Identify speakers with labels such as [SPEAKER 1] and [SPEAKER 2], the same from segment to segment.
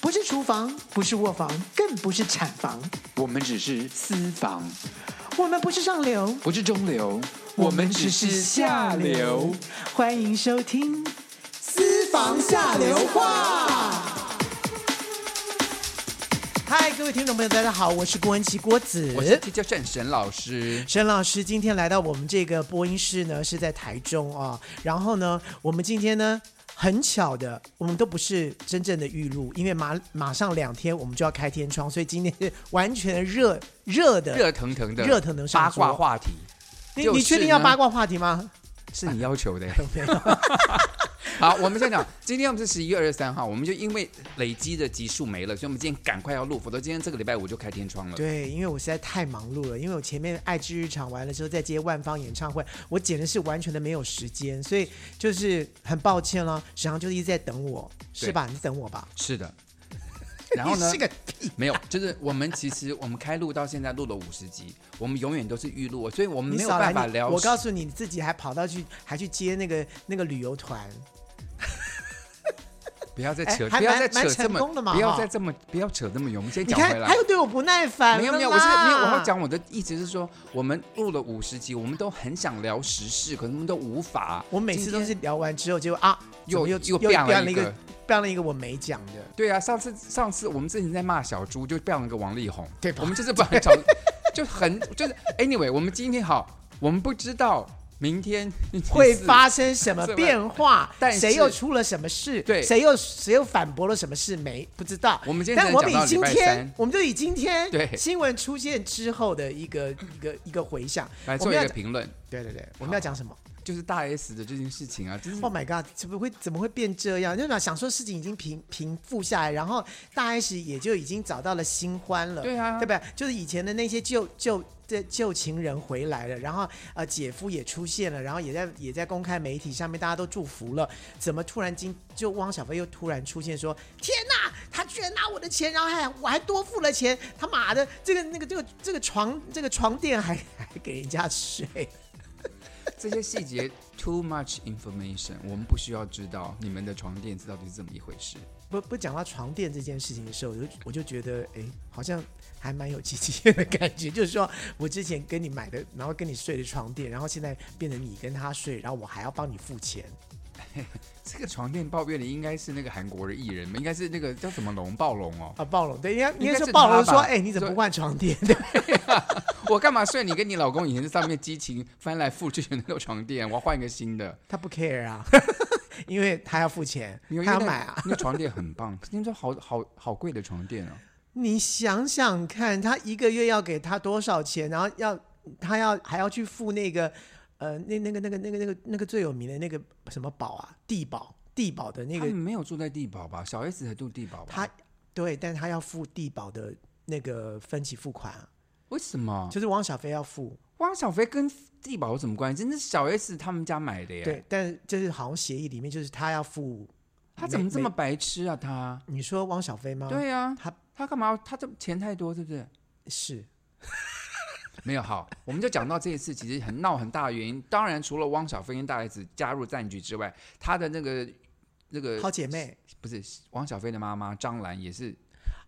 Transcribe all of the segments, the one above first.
[SPEAKER 1] 不是厨房，不是卧房，更不是产房，
[SPEAKER 2] 我们只是私房，
[SPEAKER 1] 我们不是上流，
[SPEAKER 2] 不是中流，
[SPEAKER 1] 我们只是下流。欢迎收听《私房下流话》。嗨，各位听众朋友，大家好，我是郭文琪郭子，
[SPEAKER 2] 我是叫战神老师。
[SPEAKER 1] 沈老师今天来到我们这个播音室呢，是在台中啊、然后呢，我们今天呢。很巧的，我们都不是真正的预录，因为马马上两天我们就要开天窗，所以今天是完全热热的。
[SPEAKER 2] 热腾腾的，
[SPEAKER 1] 热腾腾上
[SPEAKER 2] 八
[SPEAKER 1] 桌
[SPEAKER 2] 卦话题
[SPEAKER 1] 你
[SPEAKER 2] 就是
[SPEAKER 1] 你确定要
[SPEAKER 2] 呢
[SPEAKER 1] 八卦话题 吗？
[SPEAKER 2] 是你 要求的。
[SPEAKER 1] 没有，
[SPEAKER 2] 好，我们先讲，今天我们是十一月二十三号，我们就因为累积的集数没了，所以我们今天赶快要录，否则今天这个礼拜五就开 天窗了。
[SPEAKER 1] 对，因为我实在太忙碌了，因为我前面爱之日常完了之后，再接万芳演唱会，我简直是完全的没有时间，所以就是很抱歉了。沈阳就是一直在等我，是
[SPEAKER 2] 对
[SPEAKER 1] 吧？你在等我吧？
[SPEAKER 2] 是的。然后呢
[SPEAKER 1] 你是？个
[SPEAKER 2] 没有，就是我们其实我们开录到现在录了五十集，我们永远都是预录，所以我们
[SPEAKER 1] 你
[SPEAKER 2] 没有
[SPEAKER 1] 少来
[SPEAKER 2] 办法
[SPEAKER 1] 你
[SPEAKER 2] 聊。
[SPEAKER 1] 我告诉你，你自己还跑到去，还去接那个那个旅游团，
[SPEAKER 2] 不要再
[SPEAKER 1] 哎
[SPEAKER 2] 扯，
[SPEAKER 1] 还
[SPEAKER 2] 不要
[SPEAKER 1] 蛮
[SPEAKER 2] 再
[SPEAKER 1] 蛮
[SPEAKER 2] 扯这
[SPEAKER 1] 成功的
[SPEAKER 2] 么，
[SPEAKER 1] 嘛
[SPEAKER 2] 不要
[SPEAKER 1] 哈
[SPEAKER 2] 再这么，不要扯这么远。我们先
[SPEAKER 1] 你
[SPEAKER 2] 讲
[SPEAKER 1] 看
[SPEAKER 2] 回来
[SPEAKER 1] 还。有对我不耐烦了
[SPEAKER 2] 没有没有，
[SPEAKER 1] 啦
[SPEAKER 2] 我是没有，我要。讲我的意思是说，我们录了五十集，我们都很想聊时事，可是我们都无法。
[SPEAKER 1] 我每次都是
[SPEAKER 2] 今天
[SPEAKER 1] 聊完之后，结果啊，
[SPEAKER 2] 又
[SPEAKER 1] 怎么又又
[SPEAKER 2] 又变了
[SPEAKER 1] 了
[SPEAKER 2] 一
[SPEAKER 1] 个
[SPEAKER 2] 个
[SPEAKER 1] 变了一个我没讲的。
[SPEAKER 2] 对啊，上次上次我们之前在骂小猪，就变了个王力宏，
[SPEAKER 1] 对吧
[SPEAKER 2] 我们就是把小，就很就是哎 anyway，我们今天好，我们不知道明天星期
[SPEAKER 1] 会
[SPEAKER 2] 四
[SPEAKER 1] 发生什么
[SPEAKER 2] 是吧
[SPEAKER 1] 变化？
[SPEAKER 2] 但是
[SPEAKER 1] 谁又出了什么事？
[SPEAKER 2] 对
[SPEAKER 1] 谁又谁又反驳了什么事？没不知道。
[SPEAKER 2] 我们今天
[SPEAKER 1] 但我们
[SPEAKER 2] 只能
[SPEAKER 1] 以今
[SPEAKER 2] 讲到礼拜
[SPEAKER 1] 天
[SPEAKER 2] 三，
[SPEAKER 1] 我们就以今天
[SPEAKER 2] 对
[SPEAKER 1] 新闻出现之后的一个一个一个回响，
[SPEAKER 2] 来
[SPEAKER 1] 我
[SPEAKER 2] 做
[SPEAKER 1] 们
[SPEAKER 2] 一
[SPEAKER 1] 要
[SPEAKER 2] 个
[SPEAKER 1] 讲
[SPEAKER 2] 评论，
[SPEAKER 1] 对对对，我们要讲什么
[SPEAKER 2] 就是大 S 的这件事情啊，就是
[SPEAKER 1] ？Oh my god！怎么会怎么会变这样？就是想说事情已经平平复下来，然后大 S 也就已经找到了新欢了。
[SPEAKER 2] 对啊
[SPEAKER 1] 对吧？就是以前的那些旧旧这旧情人回来了，然后呃姐夫也出现了，然后也在也在公开媒体上面大家都祝福了，怎么突然今就汪小菲又突然出现说，天哪，他居然拿我的钱，然后还我还多付了钱，他妈的这个那个这个这个床这个床垫还还给人家睡，
[SPEAKER 2] 这些细节 too much information，我们不需要知道你们的床垫子到底是怎么一回事。
[SPEAKER 1] 不不讲到床垫这件事情的时候，我就我就觉得，哎，好像还蛮有戚戚焉的感觉。就是说我之前跟你买的，然后跟你睡的床垫，然后现在变成你跟他睡，然后我还要帮你付钱。，
[SPEAKER 2] 这个床垫抱怨的应该是那个韩国的艺人嘛，应该是那个叫什么龙暴龙哦
[SPEAKER 1] 啊，暴龙对，应该应
[SPEAKER 2] 应
[SPEAKER 1] 该
[SPEAKER 2] 该
[SPEAKER 1] 说
[SPEAKER 2] 是
[SPEAKER 1] 暴龙
[SPEAKER 2] 他
[SPEAKER 1] 说，
[SPEAKER 2] 吧
[SPEAKER 1] 哎，你怎么
[SPEAKER 2] 对
[SPEAKER 1] 不换床垫？ 对，
[SPEAKER 2] 我干嘛睡你跟你老公以前在上面激情翻来覆去的那个床垫，我要换一个新的。
[SPEAKER 1] 他不 care 啊， 因为他要付钱，
[SPEAKER 2] 没有
[SPEAKER 1] 他要
[SPEAKER 2] 因为那
[SPEAKER 1] 买啊。
[SPEAKER 2] 那床垫很棒，听说好好好贵的床垫哦。
[SPEAKER 1] 你想想看，他一个月要给他多少钱，然后要他要还要去付那个呃那那个那个那个那个那个最有名的那个什么宝啊，地保地保的那
[SPEAKER 2] 他
[SPEAKER 1] 个
[SPEAKER 2] 们没有住在地堡吧？小 S 才住地堡吧？
[SPEAKER 1] 他对，但他要付地保的那个分期付款啊，
[SPEAKER 2] 为什么？
[SPEAKER 1] 就是汪小菲要付。
[SPEAKER 2] 汪小菲跟地堡有什么关系？那是小 S 他们家买的耶。，
[SPEAKER 1] 对，但就是好像协议里面就是他要付。
[SPEAKER 2] 他怎么
[SPEAKER 1] 没
[SPEAKER 2] 这么白痴啊？他，
[SPEAKER 1] 你说汪小菲吗？，
[SPEAKER 2] 对啊，
[SPEAKER 1] 他
[SPEAKER 2] 他干嘛？他这钱太多，是不是？
[SPEAKER 1] 是
[SPEAKER 2] 没有好，我们就讲到这一次，其实很闹很大的原因。当然，除了汪小菲跟大 S 加入战局之外，他的那个那个
[SPEAKER 1] 好姐妹
[SPEAKER 2] 不是汪小菲的妈妈张兰也是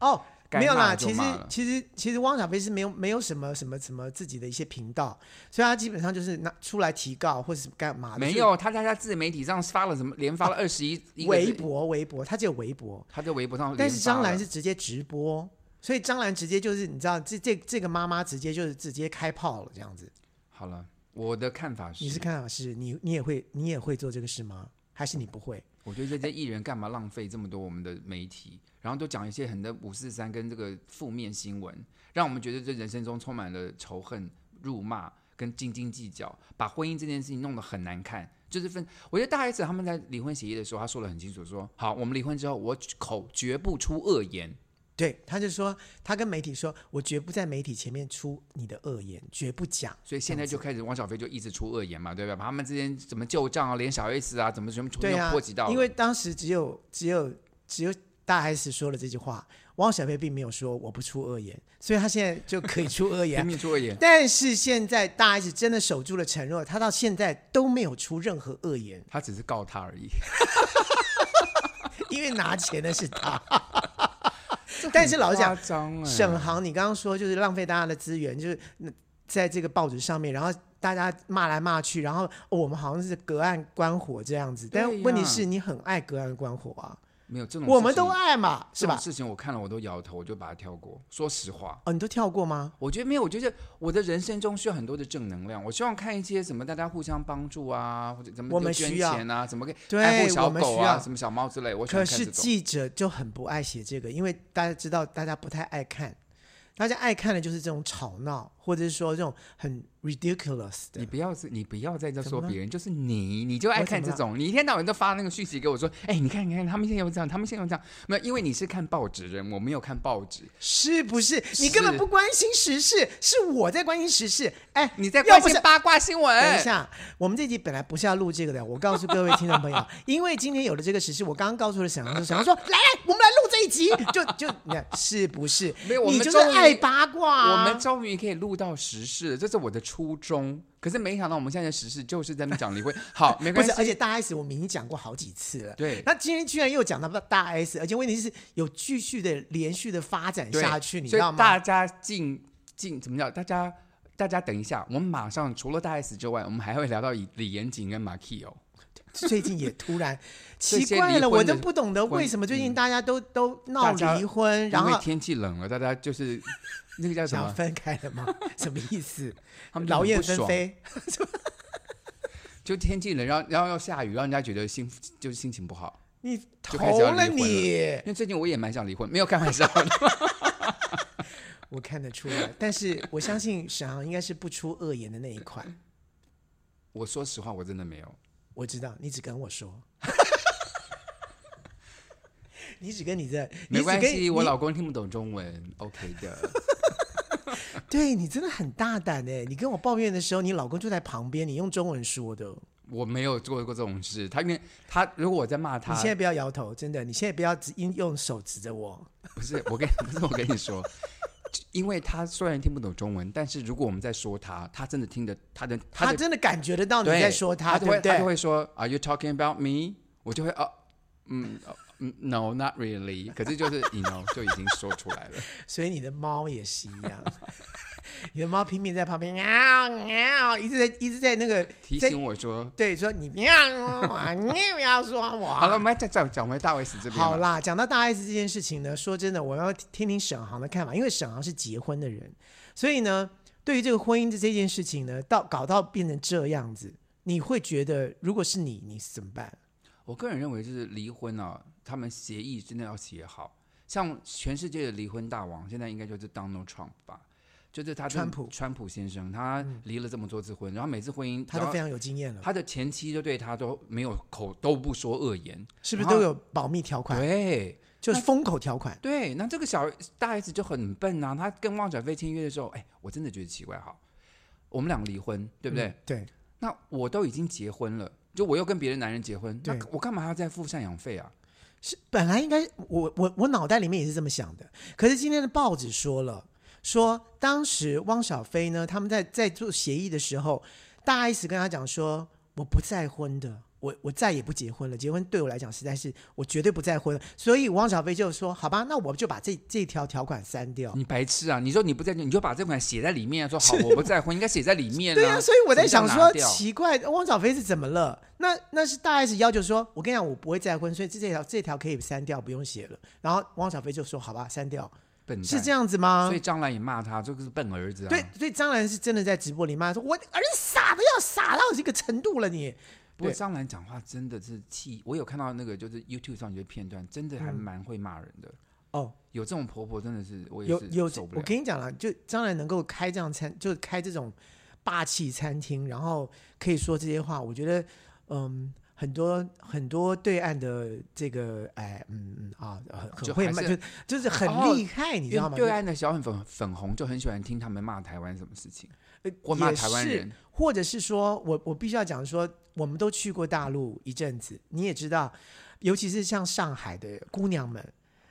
[SPEAKER 1] 哦。
[SPEAKER 2] 该
[SPEAKER 1] 没有啦，
[SPEAKER 2] 骂
[SPEAKER 1] 其
[SPEAKER 2] 就
[SPEAKER 1] 实
[SPEAKER 2] 骂了。
[SPEAKER 1] 其实其实汪小菲是没有没有什么什么什么自己的一些频道，所以他基本上就是拿出来提告或啊是干嘛的。
[SPEAKER 2] 没有，他在他自媒体上发了什么，连发了二十一
[SPEAKER 1] 就是微，博微博，他只有微博，
[SPEAKER 2] 他在微博上连发
[SPEAKER 1] 但
[SPEAKER 2] 了。
[SPEAKER 1] 是张兰是直接直播，所以张兰直接就是你知道这这这个妈妈直接就是直接开炮了这样子。
[SPEAKER 2] 好了，我的看法是，
[SPEAKER 1] 你是看法是，你你也会你也会做这个事吗？还是你不会？
[SPEAKER 2] 我觉得这些艺人干嘛浪费这么多我们的媒体，然后都讲一些很多五四三跟这个负面新闻，让我们觉得这人生中充满了仇恨、辱骂跟斤斤计较，把婚姻这件事情弄得很难看。就是分，我觉得大 S 他们在离婚协议的时候，他说的很清楚说好，我们离婚之后，我口绝不出恶言。
[SPEAKER 1] 对，他就说，他跟媒体说，我绝不在媒体前面出你的恶言，绝不讲。
[SPEAKER 2] 所以现在就开始，汪小菲就一直出 恶言嘛，对吧？把他们之间怎么旧账啊，连小 S 啊，怎么全部全
[SPEAKER 1] 对
[SPEAKER 2] 部
[SPEAKER 1] 啊
[SPEAKER 2] 波及到了，
[SPEAKER 1] 因为当时只有只有只有大 S 说了这句话，汪小菲并没有说我不出恶言，所以他现在就可以出恶
[SPEAKER 2] 拼
[SPEAKER 1] 言。
[SPEAKER 2] 命出恶言。
[SPEAKER 1] 但是现在大 S 真的守住了承诺，他到现在都没有出任何恶言，
[SPEAKER 2] 他只是告他而已，
[SPEAKER 1] 因为拿钱的是他。但是老实讲，
[SPEAKER 2] 讲
[SPEAKER 1] 沈航，你刚刚说就是浪费大家的资源，就是那在这个报纸上面，然后大家骂来骂去，然后、哦我们好像是隔岸观火这样子。但
[SPEAKER 2] 对呀
[SPEAKER 1] 问题是你很爱隔岸观火啊，
[SPEAKER 2] 没有这种事情，
[SPEAKER 1] 我们都爱嘛，是
[SPEAKER 2] 这种
[SPEAKER 1] 吧？
[SPEAKER 2] 事情我看了我都摇头，我就把它跳过。说实话，
[SPEAKER 1] 哦，你都跳过吗？
[SPEAKER 2] 我觉得没有，我觉得我的人生中需要很多的正能量。我希望看一些什么大家互相帮助啊，或者怎么
[SPEAKER 1] 我们
[SPEAKER 2] 捐
[SPEAKER 1] 需要
[SPEAKER 2] 钱啊，怎么给爱护
[SPEAKER 1] 对，我
[SPEAKER 2] 小
[SPEAKER 1] 们需
[SPEAKER 2] 狗
[SPEAKER 1] 要
[SPEAKER 2] 啊，。什么小猫之类。我喜
[SPEAKER 1] 可
[SPEAKER 2] 欢看
[SPEAKER 1] 是
[SPEAKER 2] 这种。
[SPEAKER 1] 记者就很不爱写这个，因为大家知道大家不太爱看，大家爱看的就是这种吵闹，或者是说这种很 ridiculous 的
[SPEAKER 2] 你。不要是，你不要再在
[SPEAKER 1] 怎
[SPEAKER 2] 说
[SPEAKER 1] 么了
[SPEAKER 2] 别人，就是你，你就爱
[SPEAKER 1] 我
[SPEAKER 2] 看
[SPEAKER 1] 怎
[SPEAKER 2] 这
[SPEAKER 1] 么了
[SPEAKER 2] 种，你一天到晚都发那个讯息给我说，哎、你看，你看，他们现在有这样，他们现在有这样，没有，因为你是看报纸人，我没有看报纸，
[SPEAKER 1] 是不是？你根本
[SPEAKER 2] 是
[SPEAKER 1] 不关心时事，是我在关心时事。哎，
[SPEAKER 2] 你在
[SPEAKER 1] 要
[SPEAKER 2] 关
[SPEAKER 1] 不
[SPEAKER 2] 心
[SPEAKER 1] 是
[SPEAKER 2] 八卦新闻。
[SPEAKER 1] 等一下，我们这集本来不是要录这个的，我告诉各位听众 朋友，因为今天有了这个时事，我刚刚告诉了沈阳，就沈阳说：“来来，我们来录这一集。就”就你看是不是？
[SPEAKER 2] 没有我
[SPEAKER 1] 你
[SPEAKER 2] 们
[SPEAKER 1] 就是
[SPEAKER 2] 终于
[SPEAKER 1] 爱八卦
[SPEAKER 2] 我
[SPEAKER 1] 啊、
[SPEAKER 2] 们终于可以录到时事了，这是我的初衷。可是没想到我们现在的时事就是在那边 讲离婚。好，没
[SPEAKER 1] 不
[SPEAKER 2] 关
[SPEAKER 1] 是，而
[SPEAKER 2] 系。
[SPEAKER 1] 且大 S 我们已经讲过好几次了。
[SPEAKER 2] 对
[SPEAKER 1] 那今天居然又讲到大 S，而且问题是有继续的连续的发展
[SPEAKER 2] 对
[SPEAKER 1] 下去，你知
[SPEAKER 2] 所以
[SPEAKER 1] 道吗
[SPEAKER 2] 大？家静静怎么讲？大家大家等一下，我们马上除了大 S 之外，我们还会聊到李李延景跟马 k 哦。
[SPEAKER 1] 最近也突 然
[SPEAKER 2] 这
[SPEAKER 1] 奇
[SPEAKER 2] 些离
[SPEAKER 1] 怪
[SPEAKER 2] 婚的
[SPEAKER 1] 了，我都不懂得
[SPEAKER 2] 婚嗯
[SPEAKER 1] 为什么最近大家都、都闹
[SPEAKER 2] 大家
[SPEAKER 1] 离婚，然
[SPEAKER 2] 因为
[SPEAKER 1] 后
[SPEAKER 2] 天气冷了，大家就是 那个叫什
[SPEAKER 1] 想要
[SPEAKER 2] 么？
[SPEAKER 1] 分开了吗？ 什么意思？
[SPEAKER 2] 他们就
[SPEAKER 1] 劳
[SPEAKER 2] 很
[SPEAKER 1] 燕
[SPEAKER 2] 不
[SPEAKER 1] 分
[SPEAKER 2] 爽，
[SPEAKER 1] 飞。
[SPEAKER 2] 就天气冷，然后然后要下雨，让人家觉得心就是心情不好。
[SPEAKER 1] 你
[SPEAKER 2] 就开始要
[SPEAKER 1] 投了
[SPEAKER 2] 离婚
[SPEAKER 1] 你，
[SPEAKER 2] 因为最近我也蛮想离婚，没有开玩笑 的。
[SPEAKER 1] 我看得出来。但是我相信沈航应该是不出恶言的那一款。
[SPEAKER 2] 我说实话，我真的没有。
[SPEAKER 1] 我知道，你只跟我说， 你只跟你的，你
[SPEAKER 2] 没
[SPEAKER 1] 只
[SPEAKER 2] 关
[SPEAKER 1] 跟
[SPEAKER 2] 系，我
[SPEAKER 1] 你
[SPEAKER 2] 老公听不懂中文，OK 的。
[SPEAKER 1] 对你真的很大胆哎！你跟我抱怨的时候，你老公就在旁边，你用中文说的。哦
[SPEAKER 2] 我没有做过这种事，他因为他如果我在骂他
[SPEAKER 1] 你，现在不要摇头，真的，你现在不要只用用手指着我。
[SPEAKER 2] 不是我跟不是我跟你说， 因为他虽然听不懂中文，但是如果我们在说他，他真的听得他的
[SPEAKER 1] 他
[SPEAKER 2] 的
[SPEAKER 1] 真的感觉得到你
[SPEAKER 2] 对
[SPEAKER 1] 在说他，
[SPEAKER 2] 他，就
[SPEAKER 1] 对
[SPEAKER 2] 会
[SPEAKER 1] 不
[SPEAKER 2] 他就
[SPEAKER 1] 对？
[SPEAKER 2] 会说 Are you talking about me？我就会哦，嗯。哦嗯，No, not really。可是就是 you know 就已经说出来了。
[SPEAKER 1] 所以你的猫也是一样， 你的猫拼命在旁边喵喵，一直在一直在那个
[SPEAKER 2] 提
[SPEAKER 1] 在
[SPEAKER 2] 醒我说，
[SPEAKER 1] 对，说你不要说我，你不要说
[SPEAKER 2] 好了，我
[SPEAKER 1] 我。
[SPEAKER 2] 们再讲讲回大 S 这边。
[SPEAKER 1] 好，啦，讲到大 S 这件事情呢，说真的，我要听听沈航的看法，因为沈航是结婚的人，所以呢，对于这个婚姻的这件事情呢，到搞到变成这样子，你会觉得，如果是你，你怎么办？
[SPEAKER 2] 我个人认为就是离婚啊，他们协议真的要写好。像全世界的离婚大王，现在应该就是 Donald Trump 吧，就是他
[SPEAKER 1] 川普嗯
[SPEAKER 2] 川普先生，他离了这么多次婚，然后每次婚姻，
[SPEAKER 1] 他
[SPEAKER 2] 然
[SPEAKER 1] 都
[SPEAKER 2] 后
[SPEAKER 1] 非常有经验了，
[SPEAKER 2] 他的前妻就对他都没有口都不说恶言，
[SPEAKER 1] 是不是
[SPEAKER 2] 然后
[SPEAKER 1] 都有保密条款，
[SPEAKER 2] 啊对，
[SPEAKER 1] 就是封口条款？
[SPEAKER 2] 对，那这个小大 S 就很笨啊，她跟汪小菲签约的时候，哎，我真的觉得奇怪哈，我们俩离婚，对不对？
[SPEAKER 1] 嗯对，
[SPEAKER 2] 那我都已经结婚了，就我又跟别的男人结婚，那
[SPEAKER 1] 对
[SPEAKER 2] 我干嘛还要再付赡养费啊？
[SPEAKER 1] 是本来应该我我我脑袋里面也是这么想的，可是今天的报纸说了，说当时汪小菲呢，他们在在做协议的时候，大 S 跟他讲说，我不再婚的，我我再也不结婚了，结婚对我来讲实在是我绝对不再婚了，所以汪小菲就说，好吧，那我就把这这条条款删掉。
[SPEAKER 2] 你白痴啊！你说你不在，你就把这款写在里面啊，说好我不再婚，应该写在里面
[SPEAKER 1] 对
[SPEAKER 2] 啊
[SPEAKER 1] 啊，所以我在想
[SPEAKER 2] 什么
[SPEAKER 1] 说
[SPEAKER 2] 叫拿，掉
[SPEAKER 1] 奇怪，汪小菲是怎么了？那那是大 S 要求说，我跟你讲，我不会再婚，所以这条这条可以删掉，不用写了。然后汪小菲就说，好吧，删掉，
[SPEAKER 2] 笨蛋
[SPEAKER 1] 是这样子吗？
[SPEAKER 2] 所以张兰也骂他，这个是笨儿子啊。
[SPEAKER 1] 对，所以张兰是真的在直播里骂说：“我儿子傻的要傻到这个程度了你，
[SPEAKER 2] 不过
[SPEAKER 1] 对
[SPEAKER 2] 张兰讲话真的是气，我有看到那个就是 YouTube 上有些片段，真的还蛮会骂人的。
[SPEAKER 1] 嗯哦，
[SPEAKER 2] 有这种婆婆真的是我也
[SPEAKER 1] 有
[SPEAKER 2] 是
[SPEAKER 1] 有
[SPEAKER 2] 受，不
[SPEAKER 1] 我
[SPEAKER 2] 了。
[SPEAKER 1] 跟你讲了，就张兰能够开这样餐，就开这种霸气餐厅，然后可以说这些话，我觉得，嗯，很多很多对岸的这个，哎，嗯嗯啊，很
[SPEAKER 2] 就
[SPEAKER 1] 很会
[SPEAKER 2] 还
[SPEAKER 1] 骂，
[SPEAKER 2] 是
[SPEAKER 1] 就就是很
[SPEAKER 2] 哦
[SPEAKER 1] 厉害，你知
[SPEAKER 2] 因
[SPEAKER 1] 道
[SPEAKER 2] 为
[SPEAKER 1] 吗？
[SPEAKER 2] 对
[SPEAKER 1] 就
[SPEAKER 2] 岸的小粉粉粉红就很喜欢听他们骂台湾什么事情，
[SPEAKER 1] 呃
[SPEAKER 2] 或骂
[SPEAKER 1] 也
[SPEAKER 2] 台湾
[SPEAKER 1] 是
[SPEAKER 2] 人。
[SPEAKER 1] 或者是说我我必须要讲说，我们都去过大陆一阵子，你也知道，尤其是像上海的姑娘们，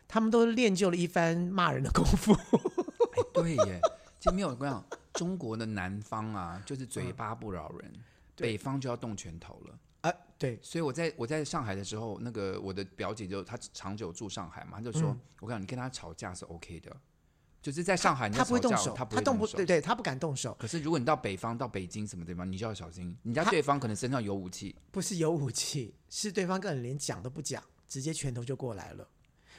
[SPEAKER 1] 她们都练就了一番骂人的功夫。
[SPEAKER 2] 哎，对耶，其实没有我跟你讲，中国的南方啊，就是嘴巴不饶人，
[SPEAKER 1] 对
[SPEAKER 2] 北方就要动拳头了。
[SPEAKER 1] 啊，对，
[SPEAKER 2] 所以我在我在上海的时候，那个我的表姐就她长久住上海嘛，她就说：“
[SPEAKER 1] 嗯
[SPEAKER 2] 我跟你讲，你跟她吵架是 OK 的，就是在上海你
[SPEAKER 1] 他不会
[SPEAKER 2] 吵
[SPEAKER 1] 动
[SPEAKER 2] 架
[SPEAKER 1] 手，
[SPEAKER 2] 她不
[SPEAKER 1] 他
[SPEAKER 2] 会
[SPEAKER 1] 动
[SPEAKER 2] 动
[SPEAKER 1] 不，
[SPEAKER 2] 手
[SPEAKER 1] 对对，他不敢动手，
[SPEAKER 2] 可是如果你到北方、到北京什么地方，你就要小心，人家
[SPEAKER 1] 他
[SPEAKER 2] 对方可能身上有武器。
[SPEAKER 1] 不是有武器， 是对方根本连讲都不讲，直接拳头就过来了。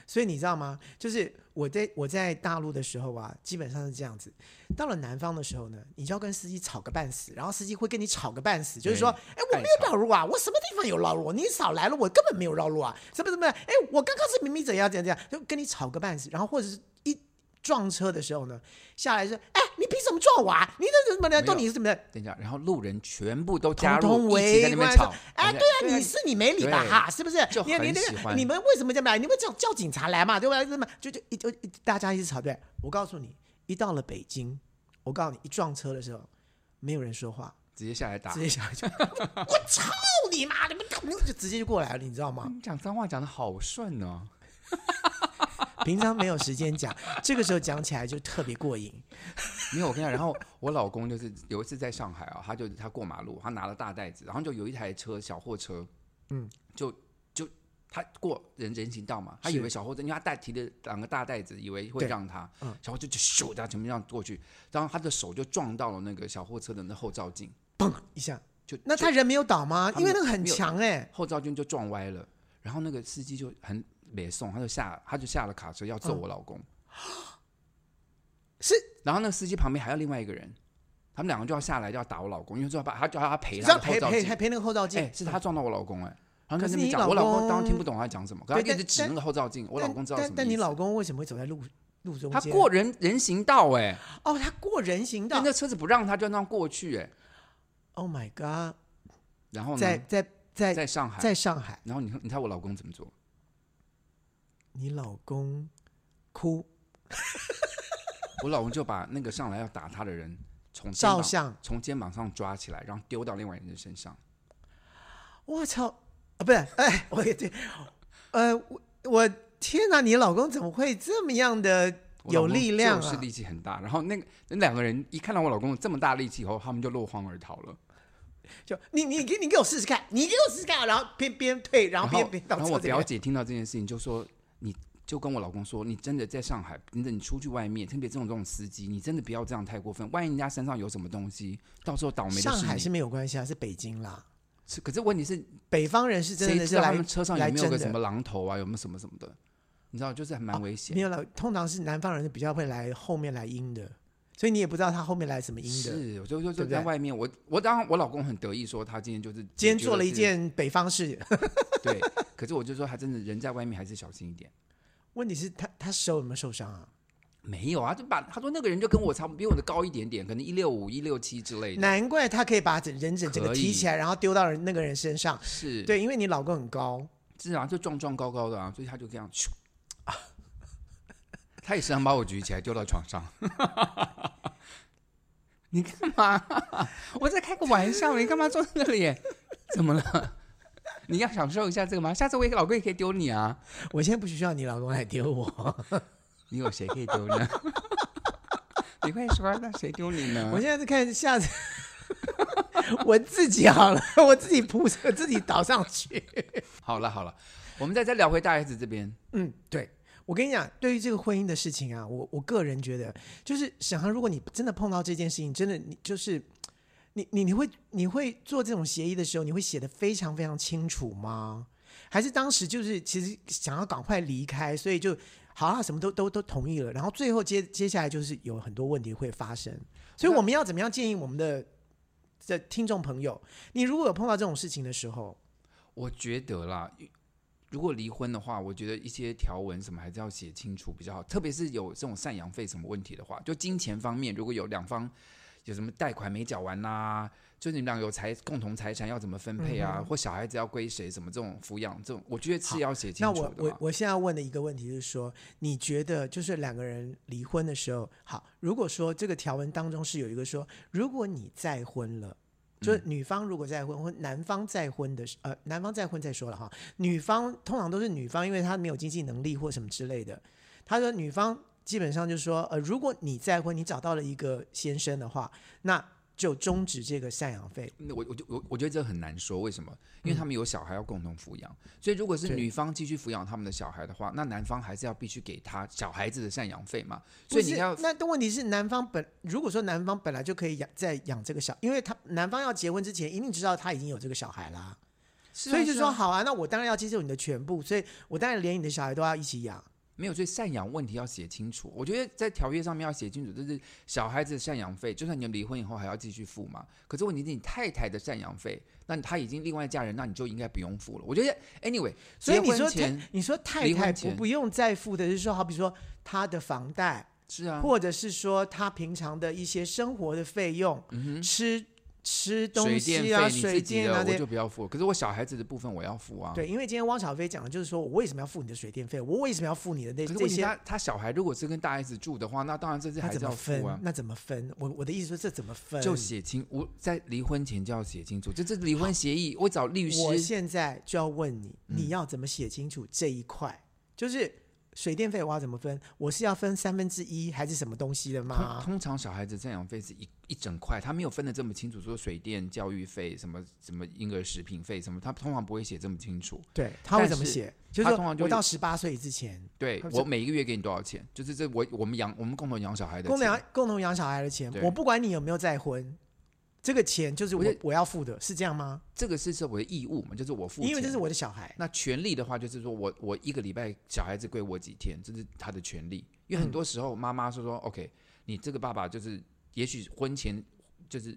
[SPEAKER 1] 所以你知道吗？就是我在我在大陆的时候啊，基本上是这样子。到了南方的时候呢，你就要跟司机吵个半死，然后司机会跟你吵个半死，就是说，哎，我
[SPEAKER 2] 爱
[SPEAKER 1] 没有
[SPEAKER 2] 吵
[SPEAKER 1] 绕路啊，我什么地方有绕路？你少来了，我根本没有绕路啊，什么什么的？哎，我刚刚是明明怎样怎样怎样，就跟你吵个半死，然后或者是一撞车的时候呢，下来说，哎，你凭什么撞我啊？你这怎么的？
[SPEAKER 2] 没有
[SPEAKER 1] 都你是怎么的？
[SPEAKER 2] 等一下，然后路人全部都加入，
[SPEAKER 1] 统统
[SPEAKER 2] 一起在
[SPEAKER 1] 围
[SPEAKER 2] 那边
[SPEAKER 1] 观
[SPEAKER 2] 吵
[SPEAKER 1] 说。哎，
[SPEAKER 2] 我在
[SPEAKER 1] 对啊，你是你没理吧？
[SPEAKER 2] 对
[SPEAKER 1] 哈，是不是
[SPEAKER 2] 就？
[SPEAKER 1] 你你
[SPEAKER 2] 很
[SPEAKER 1] 那
[SPEAKER 2] 喜
[SPEAKER 1] 个
[SPEAKER 2] 欢
[SPEAKER 1] 你们为什么这么来？你们叫叫警察来嘛，对吧？这么就就一就一大家一直吵对。我告诉你，一到了北京，我告诉你，一撞车的时候，没有人说话，
[SPEAKER 2] 直接下来打
[SPEAKER 1] 直。接下来就 我操你妈！你们就直接就过来了，你知道吗？
[SPEAKER 2] 你讲脏话讲的好顺哦，
[SPEAKER 1] 平常没有时间讲，这个时候讲起来就特别过瘾。
[SPEAKER 2] 没有我跟你讲，然后我老公就是有一次在上海啊，他就他过马路，他拿了大袋子，然后就有一台车小货车，
[SPEAKER 1] 嗯，
[SPEAKER 2] 就就他过人人行道嘛，他
[SPEAKER 1] 是
[SPEAKER 2] 以为小货车，因为他带提了两个大袋子，以为会
[SPEAKER 1] 对
[SPEAKER 2] 让他，
[SPEAKER 1] 嗯
[SPEAKER 2] 小货车就咻这样全部这样过去，然后他的手就撞到了那个小货车的那后照镜，
[SPEAKER 1] 嘣一下，
[SPEAKER 2] 就
[SPEAKER 1] 那他人没有倒吗？
[SPEAKER 2] 他
[SPEAKER 1] 因为
[SPEAKER 2] 没
[SPEAKER 1] 那
[SPEAKER 2] 有
[SPEAKER 1] 个很
[SPEAKER 2] 没有
[SPEAKER 1] 强哎、
[SPEAKER 2] 后照镜就撞歪了，然后那个司机就很美送，他就下他就下了卡车要
[SPEAKER 1] 嗯
[SPEAKER 2] 揍我老公，
[SPEAKER 1] 是
[SPEAKER 2] 然后那个司机旁边还有另外一个人，他们两个就要下来就要打我老公，因为就要把他就要他赔
[SPEAKER 1] 只
[SPEAKER 2] 他
[SPEAKER 1] 要
[SPEAKER 2] 的后
[SPEAKER 1] 赔
[SPEAKER 2] 照
[SPEAKER 1] 赔
[SPEAKER 2] 镜，
[SPEAKER 1] 赔赔那个后照镜、
[SPEAKER 2] 哎、是他撞到我老公哎、然后
[SPEAKER 1] 可
[SPEAKER 2] 他
[SPEAKER 1] 是
[SPEAKER 2] 那边
[SPEAKER 1] 你
[SPEAKER 2] 讲
[SPEAKER 1] 老
[SPEAKER 2] 我老
[SPEAKER 1] 公
[SPEAKER 2] 公当然听不懂他在讲什么，可
[SPEAKER 1] 对
[SPEAKER 2] 他一直
[SPEAKER 1] 但
[SPEAKER 2] 指那个后照镜，我老公知道什么
[SPEAKER 1] 但但你
[SPEAKER 2] 意思
[SPEAKER 1] 老公为什么会走在路路中间？
[SPEAKER 2] 他过人人行道哎、
[SPEAKER 1] 哦，他过人行
[SPEAKER 2] 那
[SPEAKER 1] 道。
[SPEAKER 2] 那车子不让他就让他过去哎、
[SPEAKER 1] Oh my god！
[SPEAKER 2] 然后呢，
[SPEAKER 1] 在在在
[SPEAKER 2] 嗯在上海，
[SPEAKER 1] 在上海，
[SPEAKER 2] 然后你看你猜我老公怎么做？
[SPEAKER 1] 你老公哭
[SPEAKER 2] 我老公就把那个上来要打他的人从肩
[SPEAKER 1] 照
[SPEAKER 2] 膀
[SPEAKER 1] 相，
[SPEAKER 2] 从肩膀上抓起来，然后丢到另外一个人身上。
[SPEAKER 1] 我操啊！不是，哎，我也对，呃，我我天哪，你老公怎么会这么样的
[SPEAKER 2] 我老
[SPEAKER 1] 有
[SPEAKER 2] 公
[SPEAKER 1] 力量
[SPEAKER 2] 就是
[SPEAKER 1] 啊？
[SPEAKER 2] 力气很大。然后那个那两个人一看到我老公有这么大力气以后，他们就落荒而逃了。
[SPEAKER 1] 就你你给你给我试试看，你给我试试看，然后边边退，然
[SPEAKER 2] 然
[SPEAKER 1] 后边边到
[SPEAKER 2] 然后我
[SPEAKER 1] 车子里面
[SPEAKER 2] 表姐听到这件事情就说：“你就跟我老公说，你真的在上海，真的你出去外面，特别这种这种司机，你真的不要这样太过分。万一人家身上有什么东西，到时候倒霉的
[SPEAKER 1] 上海
[SPEAKER 2] 你。
[SPEAKER 1] 是没有关系啊，是北京啦。
[SPEAKER 2] 是可是问题是，
[SPEAKER 1] 北方人是真
[SPEAKER 2] 谁
[SPEAKER 1] 的
[SPEAKER 2] 知
[SPEAKER 1] 是
[SPEAKER 2] 道
[SPEAKER 1] 来
[SPEAKER 2] 他们车上有
[SPEAKER 1] 来
[SPEAKER 2] 没有个
[SPEAKER 1] 真的
[SPEAKER 2] 什么榔头啊，有没有什么什么的？你知道，就是还蛮危险
[SPEAKER 1] 没。有了，通常是南方人是比较会来后面来阴的，所以你也不知道他后面来什么阴的。
[SPEAKER 2] 是，我就就
[SPEAKER 1] 对
[SPEAKER 2] 就
[SPEAKER 1] 不对
[SPEAKER 2] 在外面，我我当然我老公很得意说他今天就是
[SPEAKER 1] 今天
[SPEAKER 2] 觉
[SPEAKER 1] 做
[SPEAKER 2] 得
[SPEAKER 1] 了一
[SPEAKER 2] 是
[SPEAKER 1] 件北方事，
[SPEAKER 2] 对，可是我就说他真的人在外面还是小心一点。
[SPEAKER 1] 问题是他他手有没有受伤啊？
[SPEAKER 2] 没有啊，就把他说那个人就跟我差不多，比我的高一点点，可能一六五、一六七之类的。
[SPEAKER 1] 难怪他可以把整人整整个
[SPEAKER 2] 可
[SPEAKER 1] 提
[SPEAKER 2] 以
[SPEAKER 1] 起来，然后丢到人那个人身上。
[SPEAKER 2] 是，，
[SPEAKER 1] 对，因为你老公很高，
[SPEAKER 2] 是啊，就壮壮高高的啊，所以他就这样咻， 他也时常把我举起来丢到床上。 你干嘛？ 我在开个玩笑，你干嘛坐在那里？ 怎么了？你要享受一下这个吗？下次我也老公也可以丢你啊。
[SPEAKER 1] 我现在不需要你老公来丢我，
[SPEAKER 2] 你有谁可以丢呢？ 你会说啊那谁丢你呢？
[SPEAKER 1] 我现在是看下次 我自己好了， 我自己扑，我自己倒上去。
[SPEAKER 2] 好了好了，我们再再聊回大 S 这边，
[SPEAKER 1] 嗯，对。我跟你讲，对于这个婚姻的事情啊，我我个人觉得，就是沈航，如果你真的碰到这件事情，真的你就是你你你会你会做这种协议的时候，你会写的非常非常清楚吗？还是当时就是其实想要赶快离开，所以就好啊，什么都都都同意了，然后最后接接下来就是有很多问题会发生，所以我们要怎么样建议我们的的听众朋友，你如果有碰到这种事情的时候，
[SPEAKER 2] 我觉得啦，如果离婚的话，我觉得一些条文什么还是要写清楚比较好，特别是有这种赡养费什么问题的话，就金钱方面，如果有两方有什么贷款没缴完啦、就你们俩有财共同财产要怎么分配
[SPEAKER 1] 嗯
[SPEAKER 2] 啊，或小孩子要归谁什么这种抚养这种，我觉得是要写清
[SPEAKER 1] 那
[SPEAKER 2] 楚
[SPEAKER 1] 我
[SPEAKER 2] 的
[SPEAKER 1] 我
[SPEAKER 2] 啦。
[SPEAKER 1] 我现在问的一个问题是说，你觉得就是两个人离婚的时候，好，如果说这个条文当中是有一个说，如果你再婚了。
[SPEAKER 2] 嗯
[SPEAKER 1] 就是女方如果再婚，或男方再婚的时，呃，男方再婚再说了哈。女方通常都是女方，因为她没有经济能力或什么之类的。他说女方基本上就说，呃，如果你再婚，你找到了一个先生的话，那就终止这个赡养费？
[SPEAKER 2] 那我我就我我觉得这很难说，为什么？因为他们有小孩要共同抚养，所以如果是
[SPEAKER 1] 嗯对
[SPEAKER 2] 女方继续抚养他们的小孩的话，那男方还是要必须给他小孩子的赡养费嘛。所以你
[SPEAKER 1] 不是
[SPEAKER 2] 要
[SPEAKER 1] 那但问题是，男方本如果说男方本来就可以养再养这个小，因为他男方要结婚之前一定知道他已经有这个小孩啦，
[SPEAKER 2] 是啊
[SPEAKER 1] 所以就是说
[SPEAKER 2] 啊
[SPEAKER 1] 好啊，那我当然要接受你的全部，所以我当然连你的小孩都要一起养。
[SPEAKER 2] 没有，所以赡养问题要写清楚。我觉得在条约上面要写清楚，就是小孩子的赡养费，就算你们离婚以后还要继续付嘛。可是问题是你太太的赡养费，那他已经另外嫁人，那你就应该不用付了。我觉得，anyway，
[SPEAKER 1] 所以
[SPEAKER 2] 结
[SPEAKER 1] 你
[SPEAKER 2] 婚
[SPEAKER 1] 说太
[SPEAKER 2] 前，
[SPEAKER 1] 你说太
[SPEAKER 2] 离婚
[SPEAKER 1] 太不
[SPEAKER 2] 前
[SPEAKER 1] 不用再付的，就是说，好比说她的房贷，
[SPEAKER 2] 是啊，
[SPEAKER 1] 或者是说她平常的一些生活的费用，吃吃东
[SPEAKER 2] 嗯水电
[SPEAKER 1] 西啊、
[SPEAKER 2] 费你
[SPEAKER 1] 水
[SPEAKER 2] 自己
[SPEAKER 1] 电
[SPEAKER 2] 的
[SPEAKER 1] 啊这
[SPEAKER 2] 我
[SPEAKER 1] 些。
[SPEAKER 2] 就不要付，可是我小孩子的部分我要付啊。
[SPEAKER 1] 对，因为今天汪小菲讲的就是说我为什么要付你的水电费，我为什么要付你的那
[SPEAKER 2] 可是
[SPEAKER 1] 这
[SPEAKER 2] 问题
[SPEAKER 1] 些
[SPEAKER 2] 他他小孩如果是跟大 S 住的话，那当然这是
[SPEAKER 1] 那
[SPEAKER 2] 还
[SPEAKER 1] 怎
[SPEAKER 2] 是
[SPEAKER 1] 么
[SPEAKER 2] 要
[SPEAKER 1] 分
[SPEAKER 2] 付啊？。
[SPEAKER 1] 那怎么分？我我的意思说这怎么分？
[SPEAKER 2] 就写清，我在离婚前就要写清楚，这这离婚协议，我找律
[SPEAKER 1] 我
[SPEAKER 2] 师。嗯
[SPEAKER 1] 现在就要问你，你要怎么写清楚这一块？就是水电费我要怎么分？我是要分三分之一还是什么东西的
[SPEAKER 2] 通
[SPEAKER 1] 吗？
[SPEAKER 2] 通常小孩子赡养费是一一整块，他没有分的这么清楚，说水电、教育费、什么什么婴儿食品费什么，他通常不会写这么清楚。
[SPEAKER 1] 对，他会
[SPEAKER 2] 但
[SPEAKER 1] 怎么
[SPEAKER 2] 是
[SPEAKER 1] 写？就是
[SPEAKER 2] 他
[SPEAKER 1] 说
[SPEAKER 2] 通常就
[SPEAKER 1] 我
[SPEAKER 2] 有
[SPEAKER 1] 到十八岁之前，
[SPEAKER 2] 对
[SPEAKER 1] 他是
[SPEAKER 2] 我每一个月给你多少钱，就是这我我们养我们共同养小孩的
[SPEAKER 1] 共同
[SPEAKER 2] 钱
[SPEAKER 1] 养共同养小孩的钱，
[SPEAKER 2] 对
[SPEAKER 1] 我不管你有没有再婚，这个钱就是我
[SPEAKER 2] 我觉得
[SPEAKER 1] 我要付的，是这样吗？
[SPEAKER 2] 这个是是我的义务嘛，就是我付钱。
[SPEAKER 1] 因为这是我的小孩，
[SPEAKER 2] 那权利的话，就是说我我一个礼拜小孩子归我几天，这是他的权利。因为很多时候妈妈说说、OK，你这个爸爸就是也许婚前就是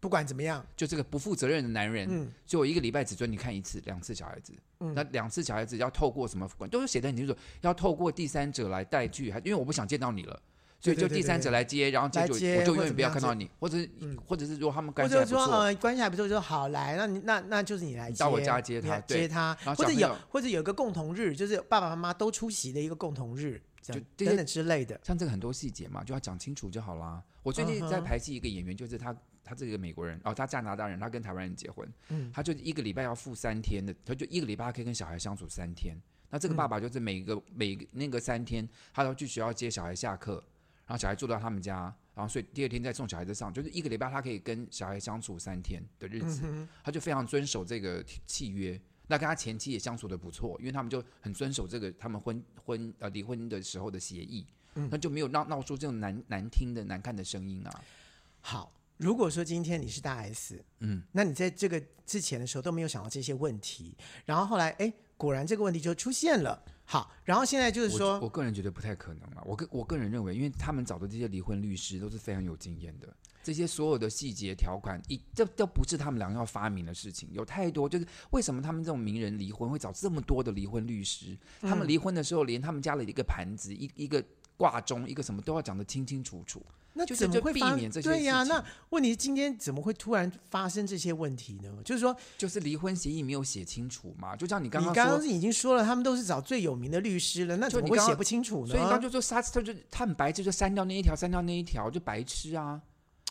[SPEAKER 1] 不管怎么样，
[SPEAKER 2] 就这个不负责任的男人，
[SPEAKER 1] 嗯
[SPEAKER 2] 所以我一个礼拜只准你看一次、两次小孩子。
[SPEAKER 1] 嗯
[SPEAKER 2] 那两次小孩子要透过什么管，都是写的很清楚，要透过第三者来代去，还因为我不想见到你了。所以
[SPEAKER 1] 对对
[SPEAKER 2] 就
[SPEAKER 1] 对
[SPEAKER 2] 第三者来接，然后结
[SPEAKER 1] 来
[SPEAKER 2] 果
[SPEAKER 1] 接
[SPEAKER 2] 我就
[SPEAKER 1] 或
[SPEAKER 2] 永
[SPEAKER 1] 怎
[SPEAKER 2] 远
[SPEAKER 1] 么
[SPEAKER 2] 不要
[SPEAKER 1] 样
[SPEAKER 2] 看
[SPEAKER 1] 子
[SPEAKER 2] 到你，或者是
[SPEAKER 1] 嗯
[SPEAKER 2] 或者是如果他们
[SPEAKER 1] 或
[SPEAKER 2] 关系
[SPEAKER 1] 者
[SPEAKER 2] 还
[SPEAKER 1] 是
[SPEAKER 2] 不
[SPEAKER 1] 说
[SPEAKER 2] 错，
[SPEAKER 1] 呃关系还不错，就说好来，那你那那就是你来接，
[SPEAKER 2] 到我家接
[SPEAKER 1] 你
[SPEAKER 2] 他
[SPEAKER 1] 来
[SPEAKER 2] 对
[SPEAKER 1] 接他
[SPEAKER 2] 然，后
[SPEAKER 1] 或者
[SPEAKER 2] 小朋
[SPEAKER 1] 有
[SPEAKER 2] 友
[SPEAKER 1] 或者有一个共同日，就是爸爸妈妈都出席的一个共同日，这样
[SPEAKER 2] 就这些
[SPEAKER 1] 等等之类的。
[SPEAKER 2] 像这个很多细节嘛，就要讲清楚就好啦。我最
[SPEAKER 1] 嗯
[SPEAKER 2] 近
[SPEAKER 1] 哼
[SPEAKER 2] 在排戏一个演员，就是他，他这个美国人，哦，他加拿大人，他跟台湾人结婚，
[SPEAKER 1] 嗯
[SPEAKER 2] 他就一个礼拜要付三天的，他就一个礼拜可以跟小孩相处三天。那
[SPEAKER 1] 嗯
[SPEAKER 2] 这个爸爸就是每个、每个那个三天，他要去学校接小孩下课，然后小孩住到他们家，然后所以第二天再送小孩子上，就是一个礼拜他可以跟小孩相处三天的日子，
[SPEAKER 1] 嗯
[SPEAKER 2] 他就非常遵守这个契契约。那跟他前妻也相处的不错，因为他们就很遵守这个他们婚婚呃离婚的时候的协议，
[SPEAKER 1] 嗯
[SPEAKER 2] 那就没有闹闹出这种难难听的难看的声音啊。
[SPEAKER 1] 好，如果说今天你是大 S，
[SPEAKER 2] 嗯，
[SPEAKER 1] 那你在这个之前的时候都没有想到这些问题，然后后来哎，果然这个问题就出现了。好，然后现在就是
[SPEAKER 2] 我
[SPEAKER 1] 说，
[SPEAKER 2] 我个人觉得不太可能啊。我个我个人认为，因为他们找的这些离婚律师都是非常有经验的，这些所有的细节条款，一这都不是他们两个要发明的事情，有太多。就是为什么他们这种名人离婚会找这么多的离婚律师？
[SPEAKER 1] 嗯
[SPEAKER 2] 他们离婚的时候，连他们家里的一个盘子、一一个挂钟、一个什么都要讲得清清楚楚。
[SPEAKER 1] 那
[SPEAKER 2] 就
[SPEAKER 1] 怎
[SPEAKER 2] 是
[SPEAKER 1] 么
[SPEAKER 2] 就
[SPEAKER 1] 会
[SPEAKER 2] 避
[SPEAKER 1] 发
[SPEAKER 2] 免这些
[SPEAKER 1] 对呀、
[SPEAKER 2] 事情
[SPEAKER 1] 那问题是今天怎么会突然发生这些问题呢？就是说，
[SPEAKER 2] 就是离婚协议没有写清楚嘛，就像你刚
[SPEAKER 1] 你
[SPEAKER 2] 刚
[SPEAKER 1] 刚
[SPEAKER 2] 说
[SPEAKER 1] 刚。已经说了，他们都是找最有名的律师了，那
[SPEAKER 2] 就
[SPEAKER 1] 怎么
[SPEAKER 2] 你
[SPEAKER 1] 会
[SPEAKER 2] 刚
[SPEAKER 1] 写
[SPEAKER 2] 刚
[SPEAKER 1] 不清楚呢？
[SPEAKER 2] 所以他就说他他就他很白痴，就删掉那一条，删掉那一条，就白痴啊！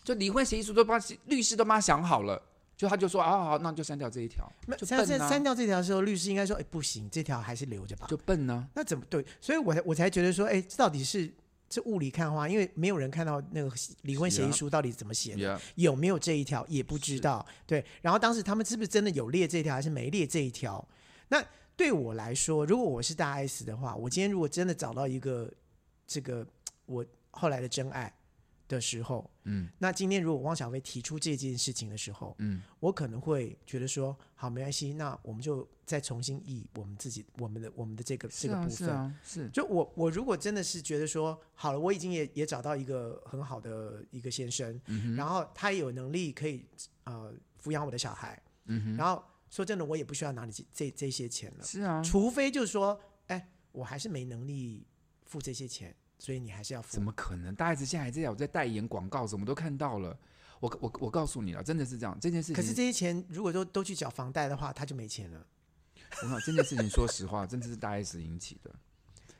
[SPEAKER 2] 就离婚协议书都帮律师都帮他想好了，就他就说啊好好，那就删掉这一条，
[SPEAKER 1] 没
[SPEAKER 2] 就
[SPEAKER 1] 删
[SPEAKER 2] 笨
[SPEAKER 1] 删
[SPEAKER 2] 啊
[SPEAKER 1] 删掉这条的时候，律师应该说，哎，不行，这条还是留着吧。
[SPEAKER 2] 就笨呢、
[SPEAKER 1] 那怎么对？所以我才我才觉得说，哎，这到底是这雾里看花，因为没有人看到那个离婚协议
[SPEAKER 2] 是啊
[SPEAKER 1] 书到底怎么写的。
[SPEAKER 2] 也
[SPEAKER 1] 有没有这一条也不知道。对，然后当时他们是不是真的有列这一条，还是没列这一条？那对我来说，如果我是大 S 的话，我今天如果真的找到一个这个我后来的真爱的时候，
[SPEAKER 2] 嗯
[SPEAKER 1] 那今天如果汪小菲提出这件事情的时候，
[SPEAKER 2] 嗯，
[SPEAKER 1] 我可能会觉得说，好，没关系，那我们就再重新译我们自己我们的我们的这个、这
[SPEAKER 2] 是
[SPEAKER 1] 个
[SPEAKER 2] 啊
[SPEAKER 1] 部
[SPEAKER 2] 是
[SPEAKER 1] 分。
[SPEAKER 2] 啊是，
[SPEAKER 1] 就我我如果真的是觉得说好了，我已经也也找到一个很好的一个先生，
[SPEAKER 2] 嗯
[SPEAKER 1] 然后他也有能力可以呃抚养我的小孩，
[SPEAKER 2] 嗯
[SPEAKER 1] 然后说真的，我也不需要拿你这这这些钱了
[SPEAKER 2] 哼，，是啊，
[SPEAKER 1] 除非就是说，哎，我还是没能力付这些钱，所以你还是要付
[SPEAKER 2] 怎。么可能？大 S 现在还在有在代言广告，什么都看到了。我我我告诉你了，真的是这样，这件事情。
[SPEAKER 1] 可是这些钱如果都都去缴房贷的话，他就没钱了。
[SPEAKER 2] 我想这件事情，说实话，真的是大 S 引起的。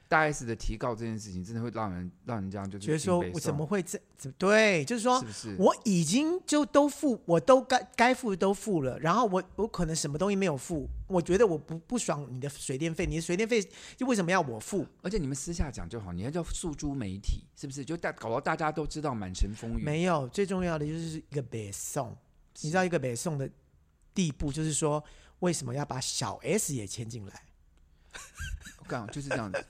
[SPEAKER 2] 大 S 的提告这件事情，真的会让人让人这样就是
[SPEAKER 1] 觉得说
[SPEAKER 2] 挺悲
[SPEAKER 1] 我
[SPEAKER 2] 伤
[SPEAKER 1] 怎么会这怎么对，就是说
[SPEAKER 2] 是不是？
[SPEAKER 1] 我已经就都付，我都该该付的都付了，然后我我可能什么东西没有付，我觉得我不不爽你的水电费，你的水电费就为什么要我付？
[SPEAKER 2] 而且你们私下讲就好，你还叫诉诸媒体，是不是？就大搞到大家都知道满城风雨。
[SPEAKER 1] 没有，最重要的就是一个北宋，
[SPEAKER 2] 是
[SPEAKER 1] 你知道一个北宋的地步，就是说为什么要把小 S 也牵进来？
[SPEAKER 2] 我告诉你就是这 样子。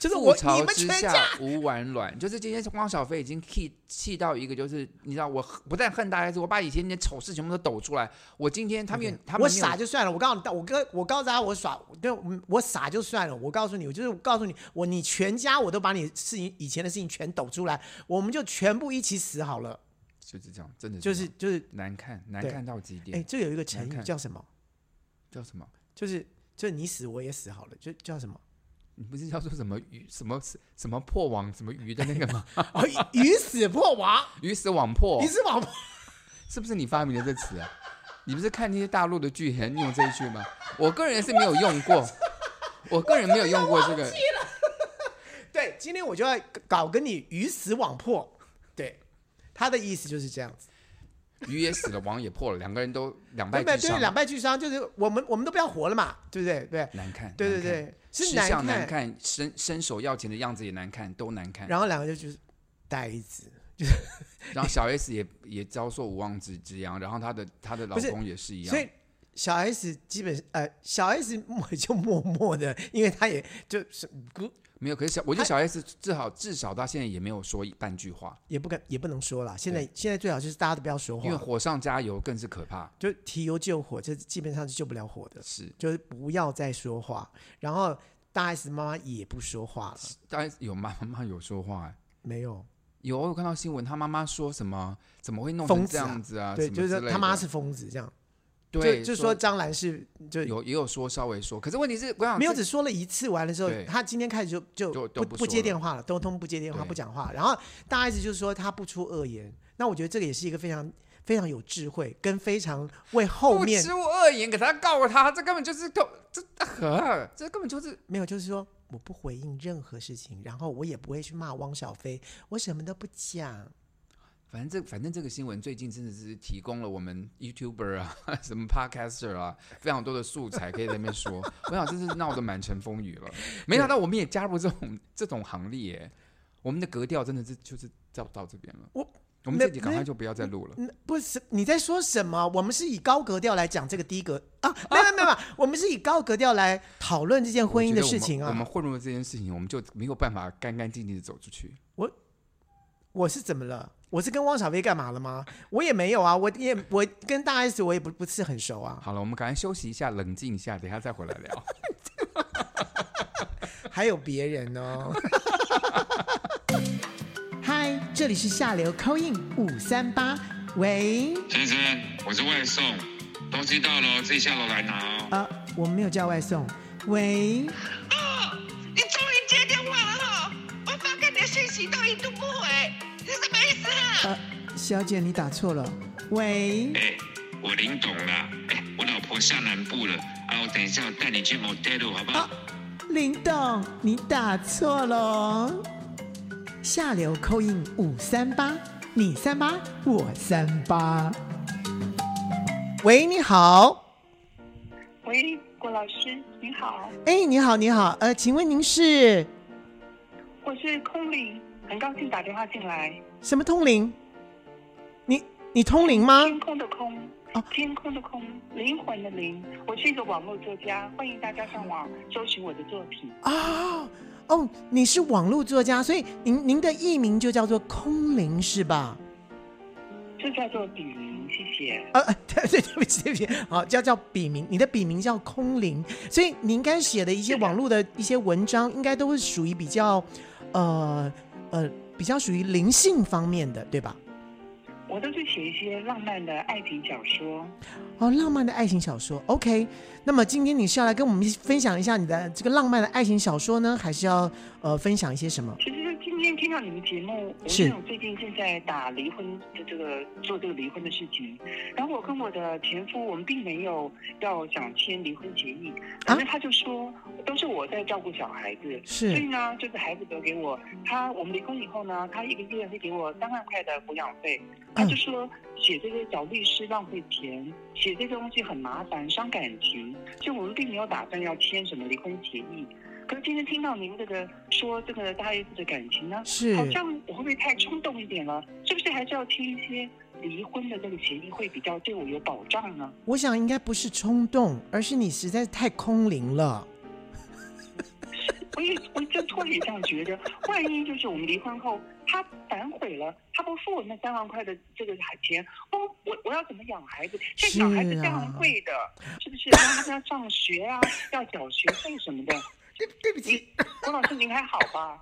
[SPEAKER 1] 就是
[SPEAKER 2] 覆
[SPEAKER 1] 我
[SPEAKER 2] 巢
[SPEAKER 1] 你们
[SPEAKER 2] 之
[SPEAKER 1] 全家
[SPEAKER 2] 下无完卵，就是今天汪小菲已经气气到一个，就是你知道，我不但恨大 S，我把以前那丑事全部都抖出来。我今天他们有他们
[SPEAKER 1] 嗯我
[SPEAKER 2] 没有
[SPEAKER 1] 傻就算了，我告诉你，我跟我告诉大家我耍，对，我我傻就算了。我告诉你，我就是告诉你，我你全家我都把你事情以前的事情全抖出来，我们就全部一起死好了。
[SPEAKER 2] 就是这样，真的
[SPEAKER 1] 就是是
[SPEAKER 2] 这样
[SPEAKER 1] 就是，
[SPEAKER 2] 难看，难
[SPEAKER 1] 对
[SPEAKER 2] 看到极
[SPEAKER 1] 哎，
[SPEAKER 2] 哦点。
[SPEAKER 1] 这有一个成
[SPEAKER 2] 难
[SPEAKER 1] 语
[SPEAKER 2] 看
[SPEAKER 1] 叫什么？
[SPEAKER 2] 叫什么？
[SPEAKER 1] 就是就是你死我也死好了，就叫 什么？
[SPEAKER 2] 你不是叫做什么鱼什么什么破网什么鱼的那个吗？
[SPEAKER 1] 哦，鱼死破网，
[SPEAKER 2] 鱼死网破
[SPEAKER 1] 你，是网破。
[SPEAKER 2] 是不是你发明的这词啊？你不是看那些大陆的剧很用这一句吗？我个人是没有用过，我个人没有用过这个。
[SPEAKER 1] 对，今天我就要搞跟你鱼死网破。对，他的意思就是这样子。
[SPEAKER 2] 鱼也死了，网也破了，两个人都两败
[SPEAKER 1] 对不对？
[SPEAKER 2] 俱
[SPEAKER 1] 对，
[SPEAKER 2] 伤。
[SPEAKER 1] 两败俱伤，就是我们我们都不要活了嘛，对不对？对
[SPEAKER 2] 难看，
[SPEAKER 1] 对对
[SPEAKER 2] 难看，
[SPEAKER 1] 对，是
[SPEAKER 2] 吃
[SPEAKER 1] 难
[SPEAKER 2] 相
[SPEAKER 1] 看。
[SPEAKER 2] 难看，伸伸手要钱的样子也难看，都难看。
[SPEAKER 1] 然后两个就就是呆子，
[SPEAKER 2] 然后小 S 也也遭受无妄之之殃，然后她的她的老
[SPEAKER 1] 不是
[SPEAKER 2] 公也是一样，
[SPEAKER 1] 所以小 S 基本呃小 S 默就默默的，因为她也就是嗯不
[SPEAKER 2] 没有。可是小，我觉得小 S 至少至少到现在也没有说半句话，
[SPEAKER 1] 也不敢也不能说啦。现在现在最好就是大家都不要说
[SPEAKER 2] 因为
[SPEAKER 1] 话，
[SPEAKER 2] 火上加油更是可怕。
[SPEAKER 1] 就提油救火，这基本上是救不了火的，
[SPEAKER 2] 是，
[SPEAKER 1] 就是不要再说话。然后大 S 妈妈也不说话了，
[SPEAKER 2] 大 S 有妈妈妈有说话、欸，
[SPEAKER 1] 没有，
[SPEAKER 2] 有我有看到新闻，她妈妈说什么？怎么会弄
[SPEAKER 1] 疯
[SPEAKER 2] 成
[SPEAKER 1] 子
[SPEAKER 2] 这
[SPEAKER 1] 啊
[SPEAKER 2] 样子啊？
[SPEAKER 1] 对，
[SPEAKER 2] 什么
[SPEAKER 1] 就是
[SPEAKER 2] 之
[SPEAKER 1] 说
[SPEAKER 2] 类
[SPEAKER 1] 他妈
[SPEAKER 2] 的
[SPEAKER 1] 是疯子这样，
[SPEAKER 2] 对，
[SPEAKER 1] 就就说张兰是就
[SPEAKER 2] 有也有说稍微说，可是问题是，我想
[SPEAKER 1] 没有
[SPEAKER 2] 这
[SPEAKER 1] 只说了一次完了之后
[SPEAKER 2] 对，
[SPEAKER 1] 他今天开始就就
[SPEAKER 2] 就都
[SPEAKER 1] 不
[SPEAKER 2] 不
[SPEAKER 1] 不
[SPEAKER 2] 说
[SPEAKER 1] 接
[SPEAKER 2] 了
[SPEAKER 1] 电话了，都通不接电话，
[SPEAKER 2] 对
[SPEAKER 1] 不讲话。然后大 S 就是说他不出恶言，那我觉得这个也是一个非常非常有智慧，跟非常为后面
[SPEAKER 2] 不出恶言，给他告他，这根本就是都这呵，这根本就是
[SPEAKER 1] 没有，就是说我不回应任何事情，然后我也不会去骂汪小菲，我什么都不讲。
[SPEAKER 2] 反正这反正这个新闻最近真的是提供了我们 YouTuber 啊， 什么 Podcaster 啊，非常多的素材可以在那边说。 我想真是闹得满城风雨了，没想到我们也加入这种这种行列耶。我们的格调真的是就是到到这边了。
[SPEAKER 1] 我
[SPEAKER 2] 我们
[SPEAKER 1] 那
[SPEAKER 2] 自己赶
[SPEAKER 1] 那
[SPEAKER 2] 快就不要再录了。
[SPEAKER 1] 嗯，不是你在说什么？我们是以高格调来讲这个低格啊，没有没有没有，我们是以高格调来讨论这件
[SPEAKER 2] 我
[SPEAKER 1] 婚姻
[SPEAKER 2] 觉
[SPEAKER 1] 的
[SPEAKER 2] 得我
[SPEAKER 1] 事
[SPEAKER 2] 们
[SPEAKER 1] 情
[SPEAKER 2] 我们
[SPEAKER 1] 啊。
[SPEAKER 2] 混入了这件事情，我们就没有办法干干净净的走出去。
[SPEAKER 1] 我是怎么了？我是跟汪小菲干嘛了吗？我也没有啊，我也我跟大 S 我也不不是很熟啊。
[SPEAKER 2] 好了，我们赶快休息一下，冷静一下，等一下再回来聊。
[SPEAKER 1] 还有别人 哦。嗨，这里是下流 c 印五三八，喂，
[SPEAKER 3] 先生，我是外送，东西到了哦自己下楼来拿哦。
[SPEAKER 1] 呃，我们没有叫外送，喂，
[SPEAKER 4] 哦，你终于接电话了哈、我发给你的讯息都一度不回，是什么意思啊？
[SPEAKER 1] 呃，小姐你打错了，喂，
[SPEAKER 3] 哎、我林董啦，哎、我老婆下南部了，啊，我等一下我带你去 motel 好不好？
[SPEAKER 1] 林董你打错了哦，下流 c 印五三八，你三八我三八，喂，你好，
[SPEAKER 5] 喂，郭老师，你好，
[SPEAKER 1] 哎，你好，你好，呃，请问您是
[SPEAKER 5] 我是空灵，很高兴打电话进来。
[SPEAKER 1] 什么通灵？你你通灵吗？
[SPEAKER 5] 天空的空
[SPEAKER 1] 哦，
[SPEAKER 5] 天空的空，灵魂的灵。我是一个网络作家，欢迎大家上网搜寻我的作品。
[SPEAKER 1] 哦哦，你是网络作家，所以您您的艺名就叫做空灵是吧？
[SPEAKER 5] 这叫做笔名，谢谢。
[SPEAKER 1] 呃，呃对对对不起对不起，好叫叫笔名，你的笔名叫空灵，所以你应该写的一些网络的一些文章，应该都是属于比较，呃呃，比较属于灵性方面的，对吧？
[SPEAKER 5] 我都是写一些浪漫的爱情小说。
[SPEAKER 1] 哦，浪漫的爱情小说，OK。那么今天你是要来跟我们分享一下你的这个浪漫的爱情小说呢，还是要呃分享一些什么？
[SPEAKER 5] 其实今天听到你们节目，我
[SPEAKER 1] 是
[SPEAKER 5] 因为我最近正在打离婚的这个做这个离婚的事情，然后我跟我的前夫我们并没有要想签离婚协议，
[SPEAKER 1] 啊
[SPEAKER 5] 可是他就说都是我在照顾小孩子。
[SPEAKER 1] 是
[SPEAKER 5] 所以呢，就是孩子留给我，他我们离婚以后呢，他一个月会给我三万块的抚养费。他就说写这个找律师浪费钱，写这个东西很麻烦，伤感情。所以我们并没有打算要签什么离婚协议。可是今天听到您这个说这个大 S 的感情呢，
[SPEAKER 1] 是
[SPEAKER 5] 好像我会不会太冲动一点了？是不是还是要签一些离婚的这个协议会比较对我有保障呢？
[SPEAKER 1] 我想应该不是冲动，而是你实在是太空灵了。
[SPEAKER 5] 我也我就突然也这样觉得，万一就是我们离婚后他反悔了，他不付我那三万块的这个钱，我我我要怎么养孩子？现在
[SPEAKER 1] 是啊
[SPEAKER 5] 养孩子这样贵的，是不是？让他要上学啊，要缴学费什么的。
[SPEAKER 1] 对对不起，
[SPEAKER 5] 郭老师您还好吧？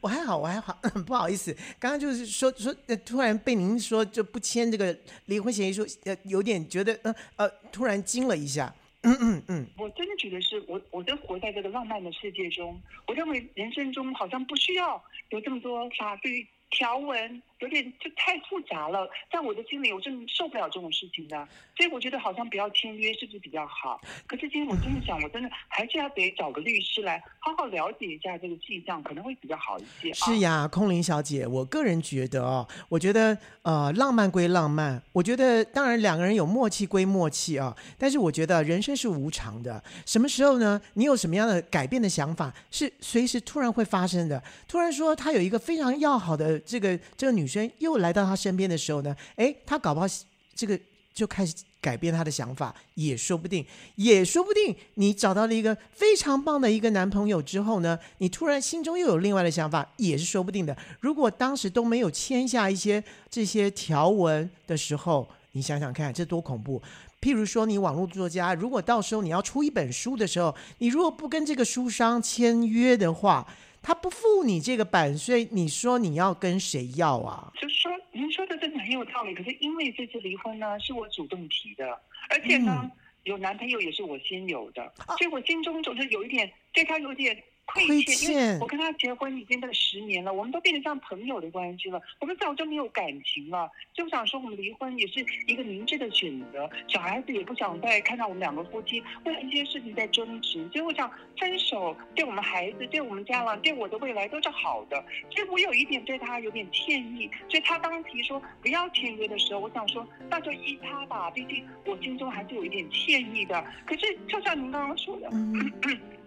[SPEAKER 1] 我还好，我还好， 不好意思，刚刚就是说说，呃，突然被您说就不签这个离婚协议书，呃，有点觉得，呃呃，突然惊了一下。 嗯嗯嗯，
[SPEAKER 5] 我真的觉得是我，我真活在这个浪漫的世界中。我认为人生中好像不需要有这么多法律条文，有点就太复杂了。在我的心里，我真的受不了这种事情的。所以我觉得好像不要签约是不是比较好？可是今天我真的想，我真的还是要得找个律师来好好了解一下这个迹象，可能会比较好一些啊。
[SPEAKER 1] 是呀，空灵小姐，我个人觉得哦，我觉得呃，浪漫归浪漫，我觉得当然两个人有默契归默契啊、但是我觉得人生是无常的，什么时候呢？你有什么样的改变的想法，是随时突然会发生的。突然说他有一个非常要好的这个这个女生又来到他身边的时候呢，诶，他搞不好这个就开始改变他的想法，也说不定，也说不定你找到了一个非常棒的一个男朋友之后呢，你突然心中又有另外的想法，也是说不定的。如果当时都没有签下一些这些条文的时候，你想想看，这多恐怖！譬如说，你网络作家，如果到时候你要出一本书的时候，你如果不跟这个书商签约的话，他不付你这个版税，你说你要跟谁要啊？
[SPEAKER 5] 就是说，您说的真的很有道理。可是因为这次离婚呢，是我主动提的，而且呢，
[SPEAKER 1] 嗯啊
[SPEAKER 5] 有男朋友也是我先有的，所以我心中总是有一点对他有点亏
[SPEAKER 1] 亏
[SPEAKER 5] 欠，
[SPEAKER 1] 欠
[SPEAKER 5] 因为我跟他结婚已经这十年了，我们都变得像朋友的关系了，我们早就没有感情了。就我想说，我们离婚也是一个明智的选择，小孩子也不想再看到我们两个夫妻为了一些事情在争执，所以我想分手对我们孩子、对我们家了、对我的未来都是好的。所以我有一点对他有点歉意，所以他当时提说不要签约的时候，我想说那就依他吧，毕竟我心中还是有一点歉意的。可是就像您刚刚说的，
[SPEAKER 1] 嗯，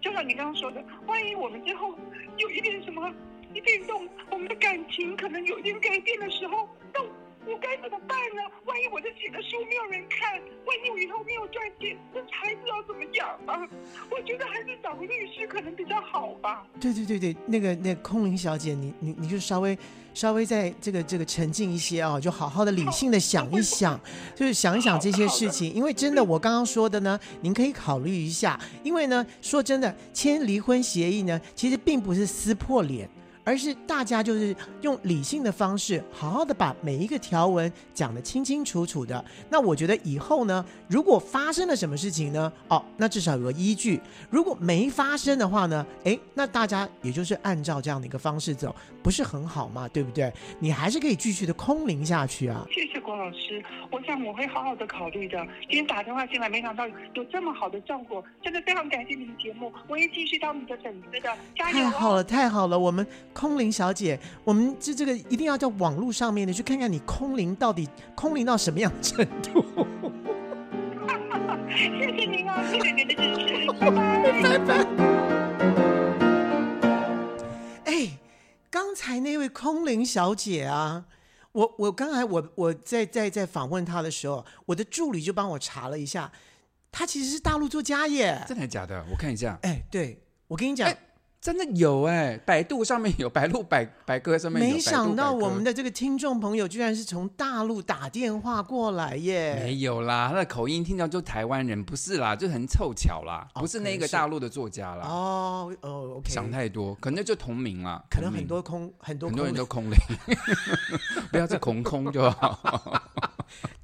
[SPEAKER 5] 就像您刚刚说的，万一我们之后有一点什么一变动，我们的感情可能有一点改变的时候，那我该怎么办呢？万一我的写的书没有人看，万一我以后没有赚钱，那孩子要怎么养啊？我觉得还是找个律师可能比较好吧。
[SPEAKER 1] 对对对对，那个那个空灵小姐，你你你就稍微稍微在这个这个沉静一些啊、就好好的理性的想一想，就是想一想这些事情，因为真的我刚刚说的呢，您可以考虑一下，因为呢，说真的，签离婚协议呢，其实并不是撕破脸。而是大家就是用理性的方式，好好的把每一个条文讲得清清楚楚的。那我觉得以后呢，如果发生了什么事情呢，哦，那至少有个依据；如果没发生的话呢，诶，那大家也就是按照这样的一个方式走，不是很好嘛，对不对？你还是可以继续的空灵下去啊。
[SPEAKER 5] 谢谢郭老师，我想我会好好的考虑的。今天打电话进来，没想到有这么好的效果，真的非常感谢你们节目，我会继续当你的粉丝的，加油、
[SPEAKER 1] 太
[SPEAKER 5] 哦！
[SPEAKER 1] 好了，太好了！我们空灵小姐，我们这这个一定要在网络上面的去看看你空灵到底空灵到什么样的程度。
[SPEAKER 5] 谢谢您哦，谢谢您的支持，拜拜。
[SPEAKER 1] 哎，刚才那位空灵小姐啊，我我刚才我我在在在访问她的时候，我的助理就帮我查了一下，她其实是大陆作家耶。
[SPEAKER 2] 真的假的？我看一下，
[SPEAKER 1] 哎，对，我跟你讲
[SPEAKER 2] 哎，真的有哎、百度上面有，百度百百科上面有。
[SPEAKER 1] 没想到我们
[SPEAKER 2] 的
[SPEAKER 1] 的这个听众朋友居然是从大陆打电话过来耶。
[SPEAKER 2] 没有啦，他的口音听到就台湾人，不是啦，就很凑巧啦，
[SPEAKER 1] 哦
[SPEAKER 2] 不是那
[SPEAKER 1] 可能
[SPEAKER 2] 个
[SPEAKER 1] 是
[SPEAKER 2] 大陆的作家啦，
[SPEAKER 1] 哦哦，OK，
[SPEAKER 2] 想太多，可能就同名啦，
[SPEAKER 1] 可能
[SPEAKER 2] 同名
[SPEAKER 1] 很多空很多
[SPEAKER 2] 很
[SPEAKER 1] 空
[SPEAKER 2] 多人都空灵， 不要再空空就 好。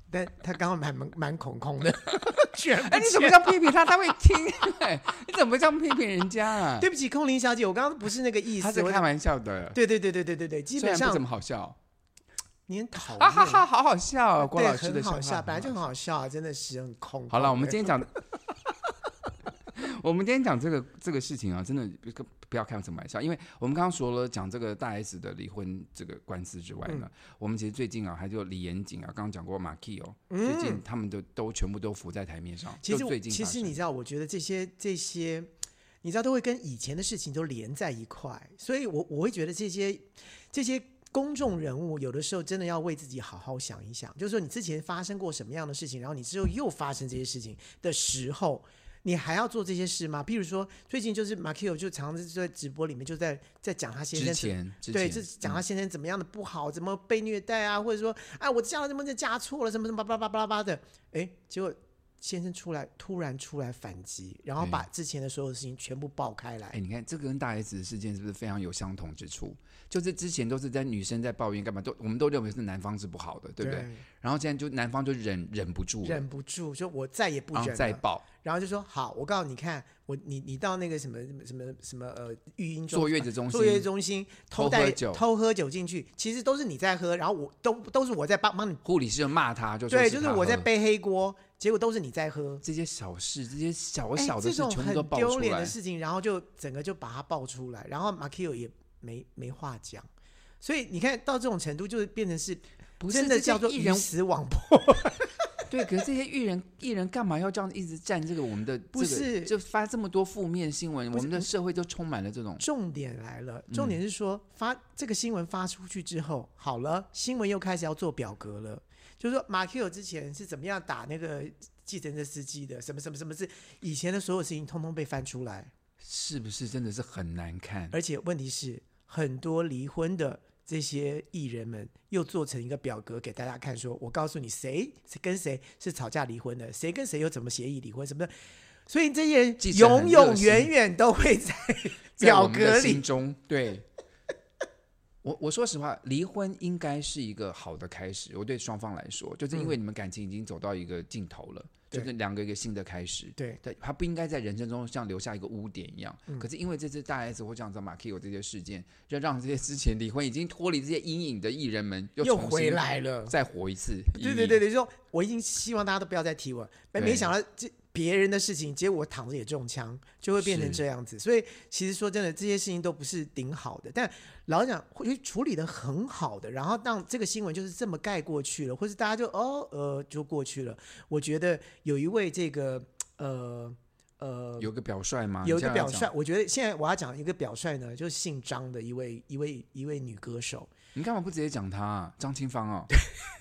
[SPEAKER 1] 但他刚刚蛮蛮蛮恐恐 的，居然
[SPEAKER 2] 哎，
[SPEAKER 1] 不
[SPEAKER 2] 你怎么
[SPEAKER 1] 见
[SPEAKER 2] 这样批评他？他会听、 哎，你怎么这样批评人家、啊？
[SPEAKER 1] 对不起，空灵小姐，我刚刚不是那个意思
[SPEAKER 2] 他，是
[SPEAKER 1] 我
[SPEAKER 2] 开玩笑的，
[SPEAKER 1] 对对对对对对对，基
[SPEAKER 2] 虽
[SPEAKER 1] 本
[SPEAKER 2] 然不
[SPEAKER 1] 上
[SPEAKER 2] 怎么好笑，
[SPEAKER 1] 你很讨厌，
[SPEAKER 2] 啊哈哈，好好笑、哦，郭
[SPEAKER 1] 对
[SPEAKER 2] 老师的嗯
[SPEAKER 1] 很好
[SPEAKER 2] 笑
[SPEAKER 1] 笑，啊
[SPEAKER 2] 话
[SPEAKER 1] 本来就很好笑，真的是很空。
[SPEAKER 2] 好了，我们
[SPEAKER 1] 天
[SPEAKER 2] 今天讲，我们今天讲这个这个事情啊，真的不不要开什么玩笑，因为我们刚刚说了讲这个大 S 的离婚这个官司之外呢，我们其实最近啊，还有李延景啊，刚刚讲过马 key 哦，最近他们都都全部都浮在台面上。
[SPEAKER 1] 其
[SPEAKER 2] 就
[SPEAKER 1] 实我
[SPEAKER 2] 最近
[SPEAKER 1] 其
[SPEAKER 2] 发
[SPEAKER 1] 实
[SPEAKER 2] 生
[SPEAKER 1] 你知道，我觉得这些这些，你知道都会跟以前的事情都连在一块，所以我我会觉得这些这些公众人物有的时候真的要为自己好好想一想，就是说你之前发生过什么样的事情，然后你之后又发生这些事情的时候。你还要做这些事吗？譬如说，最近就是 Markio 就常常就在直播里面就在在讲他先
[SPEAKER 2] 之
[SPEAKER 1] 生怎
[SPEAKER 2] 前之前嗯
[SPEAKER 1] 对，就是讲他先生怎么样的不好，怎么被虐待啊，或者说，哎，我嫁了什么就嫁错了，什么什么巴拉巴拉巴拉的，哎，结果先生出来突然出来反击，然后
[SPEAKER 2] 对
[SPEAKER 1] 把之前的所有事情全部爆开来。
[SPEAKER 2] 哎、你看这个跟大 S 的事件是不是非常有相同之处？就是之前都是在女生在抱怨干嘛，都我们都认为是男方是不好的，对不对？
[SPEAKER 1] 对
[SPEAKER 2] 然后现在就男方就忍忍不住了，
[SPEAKER 1] 忍不住说，我再也不
[SPEAKER 2] 然
[SPEAKER 1] 忍
[SPEAKER 2] 后
[SPEAKER 1] 了，
[SPEAKER 2] 再爆，
[SPEAKER 1] 然后就说好，我告诉你看，我你你到那个什么什么什么呃育婴中
[SPEAKER 2] 坐月子中心
[SPEAKER 1] 坐月子中心偷
[SPEAKER 2] 偷
[SPEAKER 1] 带
[SPEAKER 2] 喝酒
[SPEAKER 1] 偷喝酒进去，其实都是你在喝，然后我都都是我在帮帮你，
[SPEAKER 2] 护理师就骂他，就说
[SPEAKER 1] 对，就是
[SPEAKER 2] 他
[SPEAKER 1] 我在
[SPEAKER 2] 喝
[SPEAKER 1] 背黑锅，结果都是你在喝。
[SPEAKER 2] 这些小事，这些小
[SPEAKER 1] 哎，
[SPEAKER 2] 小的事
[SPEAKER 1] 这种
[SPEAKER 2] 全部
[SPEAKER 1] 很
[SPEAKER 2] 都爆
[SPEAKER 1] 丢
[SPEAKER 2] 出
[SPEAKER 1] 脸
[SPEAKER 2] 来
[SPEAKER 1] 的。事情，然后就整个就把它爆出来，然后马 Q 也没没话讲，所以你看到这种程度，就是变成是
[SPEAKER 2] 不是
[SPEAKER 1] 真的
[SPEAKER 2] 这些
[SPEAKER 1] 叫做
[SPEAKER 2] 艺
[SPEAKER 1] 鱼
[SPEAKER 2] 人
[SPEAKER 1] 死网 破，
[SPEAKER 2] 对，可是这些艺人艺人干嘛要这样一直占这个我们的、这个？
[SPEAKER 1] 不是
[SPEAKER 2] 就发这么多负面新闻，
[SPEAKER 1] 不
[SPEAKER 2] 我
[SPEAKER 1] 是
[SPEAKER 2] 们的社会就充满了这种。
[SPEAKER 1] 重点来了，
[SPEAKER 2] 嗯
[SPEAKER 1] 重点是说、发这个新闻发出去之后，好了，新闻又开始要做表格了，就是说马 Q 之前是怎么样打那个计程车司机的，什么什么什么是以前的所有事情，通通被翻出来，
[SPEAKER 2] 是不是真的是很难看？
[SPEAKER 1] 而且问题是，很多离婚的这些艺人们又做成一个表格给大家看说，我告诉你谁谁跟谁是吵架离婚的，谁跟谁又怎么协议离婚什么的。所以这些人
[SPEAKER 2] 继承很
[SPEAKER 1] 永永
[SPEAKER 2] 热心
[SPEAKER 1] 远远都会在
[SPEAKER 2] 在
[SPEAKER 1] 表
[SPEAKER 2] 我们的
[SPEAKER 1] 格
[SPEAKER 2] 心
[SPEAKER 1] 里。
[SPEAKER 2] 中，对。 我我说实话，离婚应该是一个好的开始。我对双方来说，就是因为你们感情已经走到一个尽头了，
[SPEAKER 1] 嗯对
[SPEAKER 2] 就是两个一个新的开始。
[SPEAKER 1] 对嗯
[SPEAKER 2] 对，他不应该在人生中像留下一个污点一样。可是因为这次大 S 或这样子马 K 有这些事件，就让这些之前离婚已经脱离这些阴影的艺人们又
[SPEAKER 1] 又
[SPEAKER 2] 重新
[SPEAKER 1] 回来了
[SPEAKER 2] 再活一次。
[SPEAKER 1] 对对对，对，就说我已经希望大家都不要再提我，但
[SPEAKER 2] 对
[SPEAKER 1] 没想到这别人的事情，结果我躺着也中枪，就会变成
[SPEAKER 2] 是
[SPEAKER 1] 这样子。所以其实说真的，这些事情都不是顶好的，但老实讲会去处理的很好的，然后让这个新闻就是这么盖过去了，或是大家就哦呃就过去了。我觉得有一位这个呃呃
[SPEAKER 2] 有个表率吗？
[SPEAKER 1] 有一
[SPEAKER 2] 啊你这
[SPEAKER 1] 个
[SPEAKER 2] 样
[SPEAKER 1] 表
[SPEAKER 2] 要讲
[SPEAKER 1] 率，，我觉得现在我要讲一个表率呢，就是姓张的一位一位一位女歌手，
[SPEAKER 2] 你干嘛不直接讲他、啊？张清芳哦，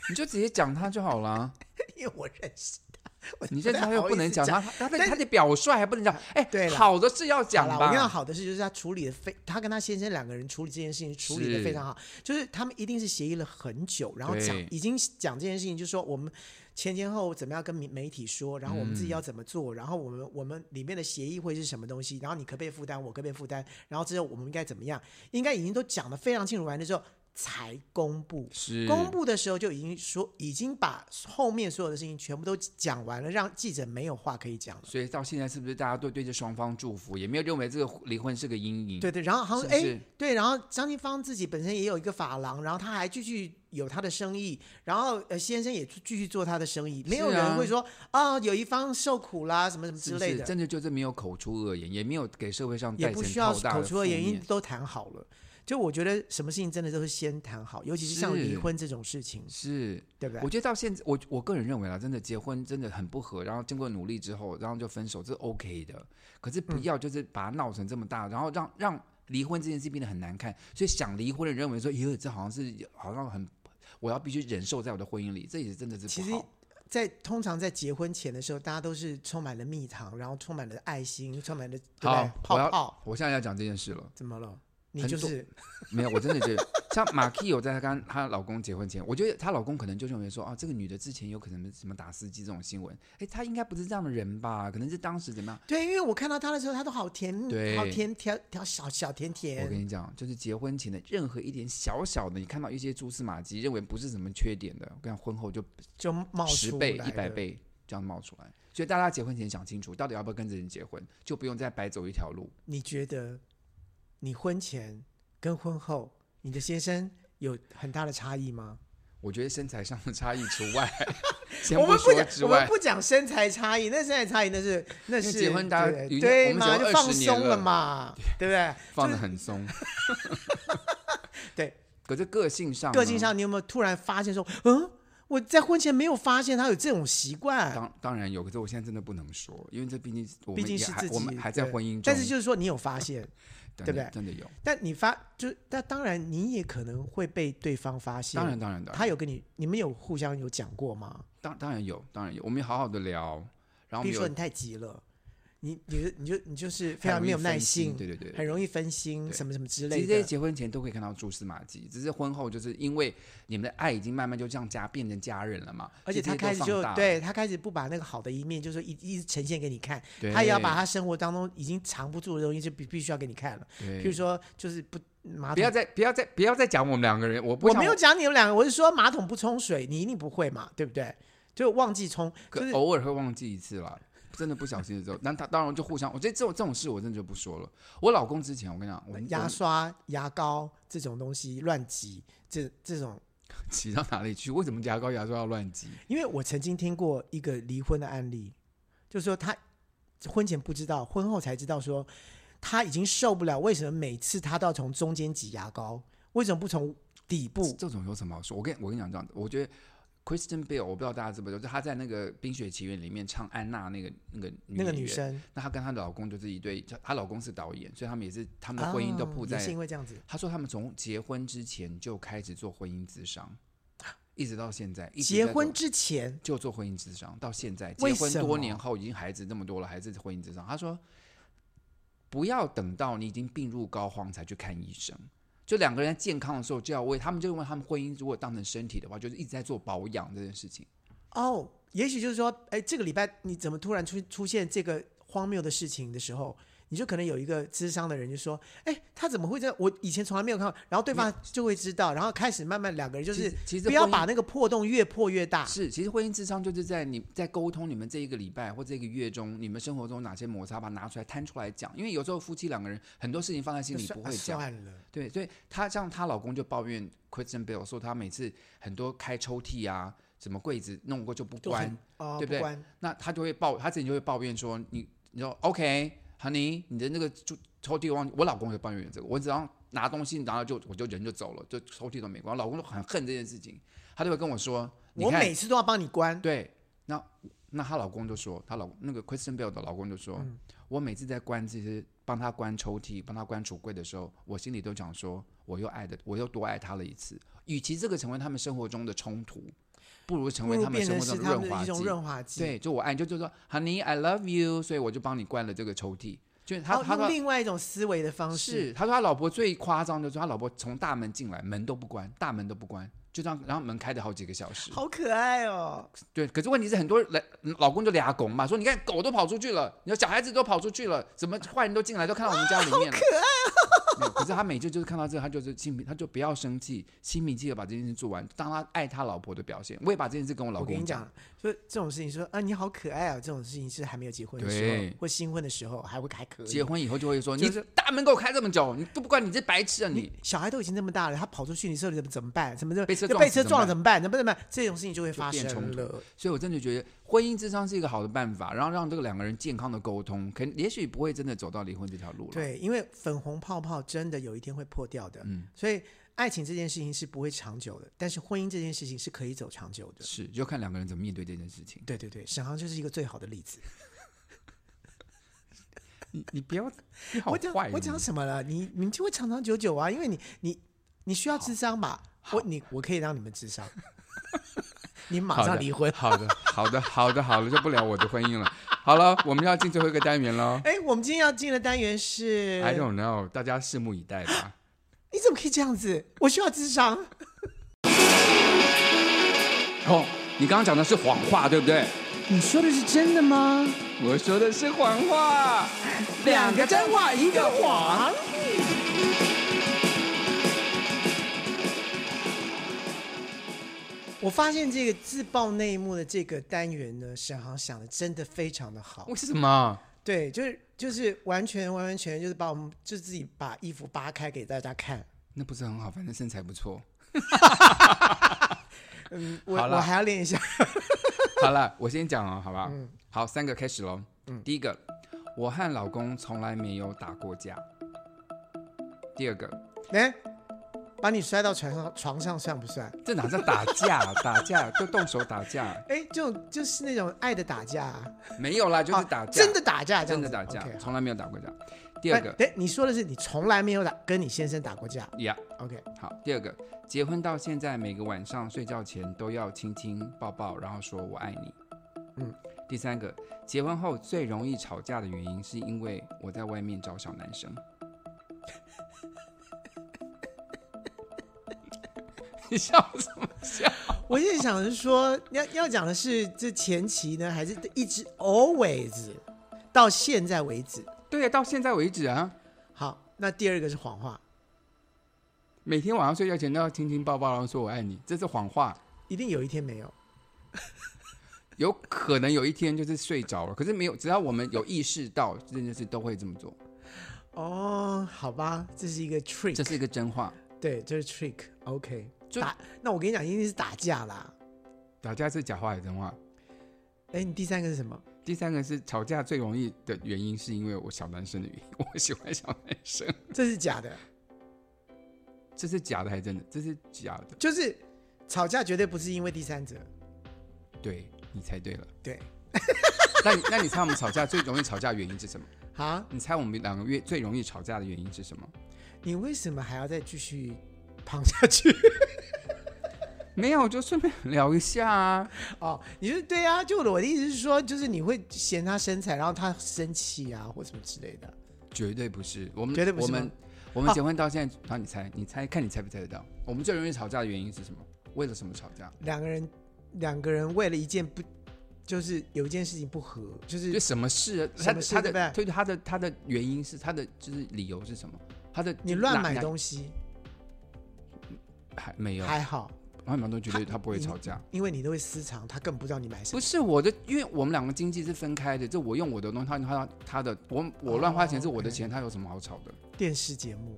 [SPEAKER 2] 你就直接讲他就好了。
[SPEAKER 1] 因为我认识她，我
[SPEAKER 2] 你这
[SPEAKER 1] 不太
[SPEAKER 2] 他又
[SPEAKER 1] 好意
[SPEAKER 2] 不能
[SPEAKER 1] 思
[SPEAKER 2] 讲他，他的他的表率还不能讲，哎，
[SPEAKER 1] 对了
[SPEAKER 2] 好的事要讲
[SPEAKER 1] 好啦，
[SPEAKER 2] 吧。
[SPEAKER 1] 我跟你讲，好的事就是他处理的非，他跟他先生两个人处理这件事情处理的
[SPEAKER 2] 是
[SPEAKER 1] 非常好，就是他们一定是协议了很久，然后讲
[SPEAKER 2] 对
[SPEAKER 1] 已经讲这件事情，就说我们前前后后怎么样跟媒媒体说，然后我们自
[SPEAKER 2] 嗯
[SPEAKER 1] 己要怎么做，然后我们我们里面的协议会是什么东西，然后你可不可以负担，我可不可以负担，然后之后我们应该怎么样，应该已经都讲的非常清楚完了之后才公布。
[SPEAKER 2] 是
[SPEAKER 1] 公布的时候就已经说，已经把后面所有的事情全部都讲完了，让记者没有话可以讲了。
[SPEAKER 2] 所以到现在是不是大家都对这双方祝福，也没有认为这个离婚是个阴影？
[SPEAKER 1] 对对，然后好像
[SPEAKER 2] 嗯是不
[SPEAKER 1] 哎、
[SPEAKER 2] 是
[SPEAKER 1] 对，然后张清芳自己本身也有一个发廊，然后他还继续有他的生意，然后呃先生也继续做他的生意，没有
[SPEAKER 2] 是啊
[SPEAKER 1] 人会说啊、有一方受苦啦，什么什么
[SPEAKER 2] 是
[SPEAKER 1] 之
[SPEAKER 2] 不
[SPEAKER 1] 类
[SPEAKER 2] 是
[SPEAKER 1] 的，
[SPEAKER 2] 真的就是没有口出恶言，也没有给社会上
[SPEAKER 1] 也
[SPEAKER 2] 带
[SPEAKER 1] 不
[SPEAKER 2] 成
[SPEAKER 1] 需要
[SPEAKER 2] 套大
[SPEAKER 1] 口出的
[SPEAKER 2] 负
[SPEAKER 1] 原因
[SPEAKER 2] 面
[SPEAKER 1] 都谈好了。就我觉得什么事情真的都是先谈好，尤其是像离
[SPEAKER 2] 是
[SPEAKER 1] 婚这种事情，
[SPEAKER 2] 是，
[SPEAKER 1] 对不
[SPEAKER 2] 我
[SPEAKER 1] 对？
[SPEAKER 2] 觉得到现在，我我个人认为啊啦，真的结婚真的很不合，然后经过努力之后，然后就分手，这是 OK 的。可是
[SPEAKER 1] 嗯
[SPEAKER 2] 不要就是把它闹成这么大，然后让让离婚这件事变得很难看。所以想离婚的人认为说，哟，这好像是好像很，我要必须忍受在我的婚姻里，这也真的是
[SPEAKER 1] 其
[SPEAKER 2] 不
[SPEAKER 1] 实
[SPEAKER 2] 好。
[SPEAKER 1] 在通常在结婚前的时候，大家都是充满了蜜糖，然后充满了爱心，充满了对不对
[SPEAKER 2] 好，啊我
[SPEAKER 1] 泡
[SPEAKER 2] 要
[SPEAKER 1] 泡，
[SPEAKER 2] 我现在要讲这件事了。
[SPEAKER 1] 怎么了？你
[SPEAKER 2] 很
[SPEAKER 1] 就
[SPEAKER 2] 多
[SPEAKER 1] 是
[SPEAKER 2] 没有，我真的觉得像马 k 有在她跟她老公结婚前，我觉得她老公可能就认为说，啊，这个女的之前有可能什么打司机这种新闻，哎，她应该不是这样的人吧？可能是当时怎么样？
[SPEAKER 1] 对，因为我看到他的时候，他都好甜，
[SPEAKER 2] 对
[SPEAKER 1] 好甜甜条小小甜
[SPEAKER 2] 我跟
[SPEAKER 1] 甜。
[SPEAKER 2] 你讲，就是结婚前的任何一点小小的，你看到一些蛛丝马迹，认为不是什么缺点的，我跟你讲，婚后就
[SPEAKER 1] 就冒
[SPEAKER 2] 十
[SPEAKER 1] 出
[SPEAKER 2] 倍、
[SPEAKER 1] 来
[SPEAKER 2] 一百
[SPEAKER 1] 了，
[SPEAKER 2] 倍这样冒出来。所以大家结婚前想清楚，到底要不要跟这人结婚，就不用再白走一条路。
[SPEAKER 1] 你觉得你婚前跟婚后，你的先生有很大的差异吗？
[SPEAKER 2] 我觉得身材上的差异除外， 先
[SPEAKER 1] 我们
[SPEAKER 2] 说
[SPEAKER 1] 讲，
[SPEAKER 2] 之
[SPEAKER 1] 我们
[SPEAKER 2] 外，
[SPEAKER 1] 不讲身材差异，那身材差异那是那
[SPEAKER 2] 因为
[SPEAKER 1] 是
[SPEAKER 2] 结婚大家
[SPEAKER 1] 对
[SPEAKER 2] 已经
[SPEAKER 1] 对
[SPEAKER 2] 我们
[SPEAKER 1] 嘛，
[SPEAKER 2] 结
[SPEAKER 1] 就
[SPEAKER 2] 婚
[SPEAKER 1] 放
[SPEAKER 2] 20年
[SPEAKER 1] 松了
[SPEAKER 2] 了
[SPEAKER 1] 嘛， 对不对？
[SPEAKER 2] 放
[SPEAKER 1] 就
[SPEAKER 2] 的
[SPEAKER 1] 是
[SPEAKER 2] 很松。
[SPEAKER 1] 对，
[SPEAKER 2] 可是个性上呢，
[SPEAKER 1] 个性上，你有没有突然发现说，嗯，我在婚前没有发现他有这种习惯，
[SPEAKER 2] 当当然有，可是我现在真的不能说，因为这毕竟我们
[SPEAKER 1] 毕竟
[SPEAKER 2] 也
[SPEAKER 1] 是
[SPEAKER 2] 还
[SPEAKER 1] 自己，
[SPEAKER 2] 我们还在
[SPEAKER 1] 对
[SPEAKER 2] 婚姻中，
[SPEAKER 1] 但是就是说你有发现，
[SPEAKER 2] 真
[SPEAKER 1] 对
[SPEAKER 2] 的
[SPEAKER 1] 不对
[SPEAKER 2] 真的有，
[SPEAKER 1] 但你发就但当然你也可能会被对方发现，
[SPEAKER 2] 当然当然当然，
[SPEAKER 1] 他有跟你你们有互相有讲过吗？
[SPEAKER 2] 当当然有，当然有，我们也好好的聊，啊然后我
[SPEAKER 1] 比
[SPEAKER 2] 们
[SPEAKER 1] 如说
[SPEAKER 2] 有
[SPEAKER 1] 你太急了，你你就你就你就是非
[SPEAKER 2] 很
[SPEAKER 1] 常
[SPEAKER 2] 容
[SPEAKER 1] 没
[SPEAKER 2] 易
[SPEAKER 1] 有耐
[SPEAKER 2] 分心
[SPEAKER 1] 心，
[SPEAKER 2] 对对对对
[SPEAKER 1] 很容易分心，什么什么之
[SPEAKER 2] 其
[SPEAKER 1] 类
[SPEAKER 2] 实这些
[SPEAKER 1] 的。
[SPEAKER 2] 结婚前都可以看到蛛丝马迹，只是婚后就是因为你们的爱已经慢慢就这样加变成家人了嘛，
[SPEAKER 1] 而且
[SPEAKER 2] 其实
[SPEAKER 1] 他
[SPEAKER 2] 这些
[SPEAKER 1] 开
[SPEAKER 2] 都
[SPEAKER 1] 始就
[SPEAKER 2] 放大了
[SPEAKER 1] 对他开始不把那个好的一面，就是一一直呈现给你看，
[SPEAKER 2] 对
[SPEAKER 1] 他也要把他生活当中已经藏不住的东西，就必必须要给你看了。
[SPEAKER 2] 对
[SPEAKER 1] 比如说，就是不马
[SPEAKER 2] 不要
[SPEAKER 1] 桶，
[SPEAKER 2] 再不要再不要再讲我们两个人，我不
[SPEAKER 1] 我
[SPEAKER 2] 想
[SPEAKER 1] 没有讲你们两个，我是说马桶不冲水，你一定不会嘛，对不对？就忘记冲，
[SPEAKER 2] 可
[SPEAKER 1] 就是
[SPEAKER 2] 偶尔会忘记一次啦，真的不小心的时候，那他当然就互相，我觉得这种这种事我真的就不说了。我老公之前我跟你讲，我们
[SPEAKER 1] 牙
[SPEAKER 2] 我
[SPEAKER 1] 刷、牙膏这种东西乱挤，这这种
[SPEAKER 2] 挤到哪里去？为什么牙膏牙刷要乱挤？
[SPEAKER 1] 因为我曾经听过一个离婚的案例，就是说他婚前不知道，婚后才知道说他已经受不了，为什么每次他都要从中间挤牙膏，为什么不从底部？
[SPEAKER 2] 这种有什么好说？我跟我跟你讲这样子，我觉得 Kristen Bell 我不知道大家知不知道，就她在那个《冰雪奇缘》里面唱安娜那个那个女
[SPEAKER 1] 那个
[SPEAKER 2] 演
[SPEAKER 1] 女
[SPEAKER 2] 员，
[SPEAKER 1] 生
[SPEAKER 2] 那她跟她老公就是一对，她老公是导演，所以他们也是他们的婚姻都铺
[SPEAKER 1] 哦
[SPEAKER 2] 在
[SPEAKER 1] 也是因为这样子，
[SPEAKER 2] 他说他们从结婚之前就开始做婚姻咨商，一直到现在，一直
[SPEAKER 1] 结
[SPEAKER 2] 在
[SPEAKER 1] 婚
[SPEAKER 2] 做
[SPEAKER 1] 之前
[SPEAKER 2] 就做婚姻咨商，到现在
[SPEAKER 1] 为
[SPEAKER 2] 结婚
[SPEAKER 1] 什么
[SPEAKER 2] 多年后，已经孩子那么多了，还是婚姻咨商。他说，不要等到你已经病入膏肓才去看医生。就两个人在健康的时候，就要为他们就为他们婚姻如果当成身体的话，就是一直在做保养这件事情。
[SPEAKER 1] 哦，也许就是说，哎，这个礼拜你怎么突然出出现这个荒谬的事情的时候？你就可能有一个智商的人就说：“哎，他怎么会这样？我以前从来没有看过。”然后对方就会知道，然后开始慢慢两个人就
[SPEAKER 2] 其
[SPEAKER 1] 是
[SPEAKER 2] 实其实
[SPEAKER 1] 不要
[SPEAKER 2] 婚姻
[SPEAKER 1] 把那个破洞越破越大。
[SPEAKER 2] 是，其实婚姻智商就是在你在沟通你们这一个礼拜或这一个月中，你们生活中哪些摩擦，把它拿出来摊出来讲。因为有时候夫妻两个人很多事情放在心
[SPEAKER 1] 就
[SPEAKER 2] 里
[SPEAKER 1] 算
[SPEAKER 2] 不会
[SPEAKER 1] 啊
[SPEAKER 2] 讲，
[SPEAKER 1] 算了，
[SPEAKER 2] 对，所以她像她老公就抱怨 Kristen Bell 说，她每次很多开抽屉啊，什么柜子弄过就不
[SPEAKER 1] 就
[SPEAKER 2] 关，
[SPEAKER 1] 很哦，
[SPEAKER 2] 对不对
[SPEAKER 1] 关
[SPEAKER 2] 那她就会抱，她自己就会抱怨说，你你说 OK，honey，、你的那个抽抽屉我忘记，我老公也抱怨这个，我只要拿东西拿了就我就人就走了，就抽屉都没关，我老公就很恨这件事情，他就会跟我说，你
[SPEAKER 1] 我
[SPEAKER 2] 看
[SPEAKER 1] 每次都要帮你关，
[SPEAKER 2] 对，那那她老公就说，她老那个 Kristen Bell 的老公就说，
[SPEAKER 1] 嗯
[SPEAKER 2] 我每次在关这些帮她关抽屉、帮她关橱柜的时候，我心里都想说，我又爱的，我又多爱她了一次。与其这个成为他们生活中的冲突，不如成
[SPEAKER 1] 不
[SPEAKER 2] 为
[SPEAKER 1] 如
[SPEAKER 2] 他们
[SPEAKER 1] 变
[SPEAKER 2] 生
[SPEAKER 1] 成
[SPEAKER 2] 活
[SPEAKER 1] 是
[SPEAKER 2] 中
[SPEAKER 1] 他们
[SPEAKER 2] 润
[SPEAKER 1] 的
[SPEAKER 2] 滑
[SPEAKER 1] 一
[SPEAKER 2] 剂
[SPEAKER 1] 种。润滑剂。
[SPEAKER 2] 对，就我爱，就就说 Honey I love you，所以我就帮你关了这个抽屉。就是他、
[SPEAKER 1] 然后
[SPEAKER 2] 他
[SPEAKER 1] 哦用
[SPEAKER 2] 说
[SPEAKER 1] 另外一种思维的方式，
[SPEAKER 2] 是，他说他老婆最夸张的就是他老婆从大门进来，门都不关，大门都不关，就这样，然后门开的好几个小时。
[SPEAKER 1] 好可爱哦。
[SPEAKER 2] 对，可是问题是很多人来老公就俩拱嘛，说你看狗都跑出去了，你说小孩子都跑出去了，怎么坏人都进来都看到我们家里面了？
[SPEAKER 1] 哦
[SPEAKER 2] 没有可是他每次就是看到这个，他就是心平，他就不要生气，心平气和把这件事做完，当他爱他老婆的表现。我也把这件事跟我老
[SPEAKER 1] 我跟
[SPEAKER 2] 公
[SPEAKER 1] 你讲，就这种事情说啊，你好可爱哦，这种事情是还没有结婚的时
[SPEAKER 2] 对
[SPEAKER 1] 候，或新婚的时候还会还可以。
[SPEAKER 2] 结婚以后就会说，
[SPEAKER 1] 就是
[SPEAKER 2] 你大门给我开这么久，你都不管你这白痴啊你！
[SPEAKER 1] 小孩都已经那么大了，他跑出去，你说你怎么怎么办？怎么就
[SPEAKER 2] 被车
[SPEAKER 1] 就
[SPEAKER 2] 撞
[SPEAKER 1] 被
[SPEAKER 2] 死
[SPEAKER 1] 车
[SPEAKER 2] 怎么
[SPEAKER 1] 撞了
[SPEAKER 2] 办
[SPEAKER 1] 怎么办？怎么怎么办？这种事情就会发
[SPEAKER 2] 变
[SPEAKER 1] 生
[SPEAKER 2] 冲突
[SPEAKER 1] 了。
[SPEAKER 2] 所以我真的觉得婚姻智商是一个好的办法，然后让这个两个人健康的沟通，可也许不会真的走到离婚这条路了。，
[SPEAKER 1] 对，因为粉红泡泡真的有一天会破掉的，
[SPEAKER 2] 嗯，
[SPEAKER 1] 所以爱情这件事情是不会长久的，但是婚姻这件事情是可以走长久的。
[SPEAKER 2] 是就看两个人怎么面对这件事情。
[SPEAKER 1] 对对对，沈航就是一个最好的例子。
[SPEAKER 2] 你你不要，你好
[SPEAKER 1] 我讲
[SPEAKER 2] 坏哦，
[SPEAKER 1] 我讲什么了？你你就会长长久久啊，因为你你你需要智商吧？我你我可以让你们智 商，你马
[SPEAKER 2] 好
[SPEAKER 1] 上
[SPEAKER 2] 的
[SPEAKER 1] 离婚。
[SPEAKER 2] 好的，好的，好的，好了，就不聊我的婚姻了。好了，我们要进最后一个单元喽。
[SPEAKER 1] 哎，我们今天要进的单元是
[SPEAKER 2] I don't know，大家拭目以待吧。
[SPEAKER 1] 你怎么可以这样子？我需要智商。
[SPEAKER 2] 哦，你刚刚讲的是谎话，对不对？
[SPEAKER 1] 你说的是真的吗？
[SPEAKER 2] 我说的是谎话，
[SPEAKER 1] 两个真话，一个
[SPEAKER 2] 啊
[SPEAKER 1] 谎。我发现这个自爆内幕的这个单元呢，沈航想的真的非常的好
[SPEAKER 2] 为。什么？
[SPEAKER 1] 对，就是就是完全完完全全就是把我们就自己把衣服扒开给大家看。
[SPEAKER 2] 那不是很好，反 正身材不错。
[SPEAKER 1] 嗯，我
[SPEAKER 2] 好啦
[SPEAKER 1] 我还要练一下。
[SPEAKER 2] 好了，我先讲哦，好不好？
[SPEAKER 1] 嗯
[SPEAKER 2] 好，三个开始喽。
[SPEAKER 1] 嗯
[SPEAKER 2] 第一个，我和老公从来没有打过架。第二个，
[SPEAKER 1] 哎、把你摔到床上，床上算不算？
[SPEAKER 2] 这哪叫打架？打架就动手打架，
[SPEAKER 1] 哎、就就是那种爱的打架、啊，
[SPEAKER 2] 没有啦，就是
[SPEAKER 1] 啊
[SPEAKER 2] 打架，
[SPEAKER 1] 真的打架这样
[SPEAKER 2] 真
[SPEAKER 1] 子，
[SPEAKER 2] 的打架
[SPEAKER 1] OK，，好
[SPEAKER 2] 从来没有打过架。第二个
[SPEAKER 1] 哎，你说的是你从来没有打跟你先生打过架
[SPEAKER 2] 呀，
[SPEAKER 1] ，OK？
[SPEAKER 2] 好，第二个，结婚到现在，每个晚上睡觉前都要亲亲抱抱，然后说我爱你。
[SPEAKER 1] 嗯，
[SPEAKER 2] 第三个，结婚后最容易吵架的原因是因为我在外面找小 男生。你笑什么笑？
[SPEAKER 1] 我现在想是说，要要讲的是这前期呢，还是一直 always 到现在为止？
[SPEAKER 2] 对呀，到现在为止啊，
[SPEAKER 1] 好，那第二个是谎话，
[SPEAKER 2] 每天晚上睡觉前都要亲亲抱抱，然后说我爱你，这是谎话。
[SPEAKER 1] 一定有一天没有。
[SPEAKER 2] 有可能有一天就是睡着了，可是没有，只要我们有意识到这件事，都会这么做。
[SPEAKER 1] 哦，好吧，这是一个 trick，
[SPEAKER 2] 这是一个真话。
[SPEAKER 1] 对，这是 trick。OK，
[SPEAKER 2] 就
[SPEAKER 1] 打，那我跟你讲，一定是打架啦。
[SPEAKER 2] 打架是假话还是真话？
[SPEAKER 1] 哎，你第三个是什么？
[SPEAKER 2] 第三个是吵架最容易的原因，是因为我小男生的原因， 我喜欢小男生，
[SPEAKER 1] 这是假的，
[SPEAKER 2] 这是假的还是真的？这是假的，
[SPEAKER 1] 就是吵架绝对不是因为第三者。
[SPEAKER 2] 对你猜对了。
[SPEAKER 1] 对，
[SPEAKER 2] 那你那你猜我们吵架最容易吵架的原因是什么？
[SPEAKER 1] 好，
[SPEAKER 2] 你猜我们两个月最容易吵架的原因是什么？
[SPEAKER 1] 你为什么还要再继续胖下去？
[SPEAKER 2] 没有，就顺便聊一下啊。
[SPEAKER 1] 哦，你说对啊，就我的意思是说，就是你会嫌他身材，然后他生气啊，或什么之类的。
[SPEAKER 2] 绝对不是，我们
[SPEAKER 1] 绝对不是
[SPEAKER 2] 我
[SPEAKER 1] 吗
[SPEAKER 2] 们我们结婚到现在，然后你猜，你猜，看你猜不猜得到？我们最容易吵架的原因是什么？为了什么吵架？
[SPEAKER 1] 两个人，两个人为了一件不，就是有一件事情不合，就是
[SPEAKER 2] 就什么事啊？他
[SPEAKER 1] 什么事
[SPEAKER 2] 他
[SPEAKER 1] 对不对
[SPEAKER 2] 的对他的他的原因是他的就是理由是什么？他的
[SPEAKER 1] 你乱买
[SPEAKER 2] 西
[SPEAKER 1] 东西
[SPEAKER 2] 还没有
[SPEAKER 1] 还嗯好，
[SPEAKER 2] 乱买东西，绝对
[SPEAKER 1] 他
[SPEAKER 2] 他不会
[SPEAKER 1] 你
[SPEAKER 2] 吵架。
[SPEAKER 1] 因为你都会私藏，他更不知道你买什
[SPEAKER 2] 不
[SPEAKER 1] 么。
[SPEAKER 2] 是我的，因为我们两个经济是分开的，这我用我的东西，他用他他的，我我乱花钱是我的
[SPEAKER 1] 嗯
[SPEAKER 2] 钱，他有什么好吵的？
[SPEAKER 1] 电视节目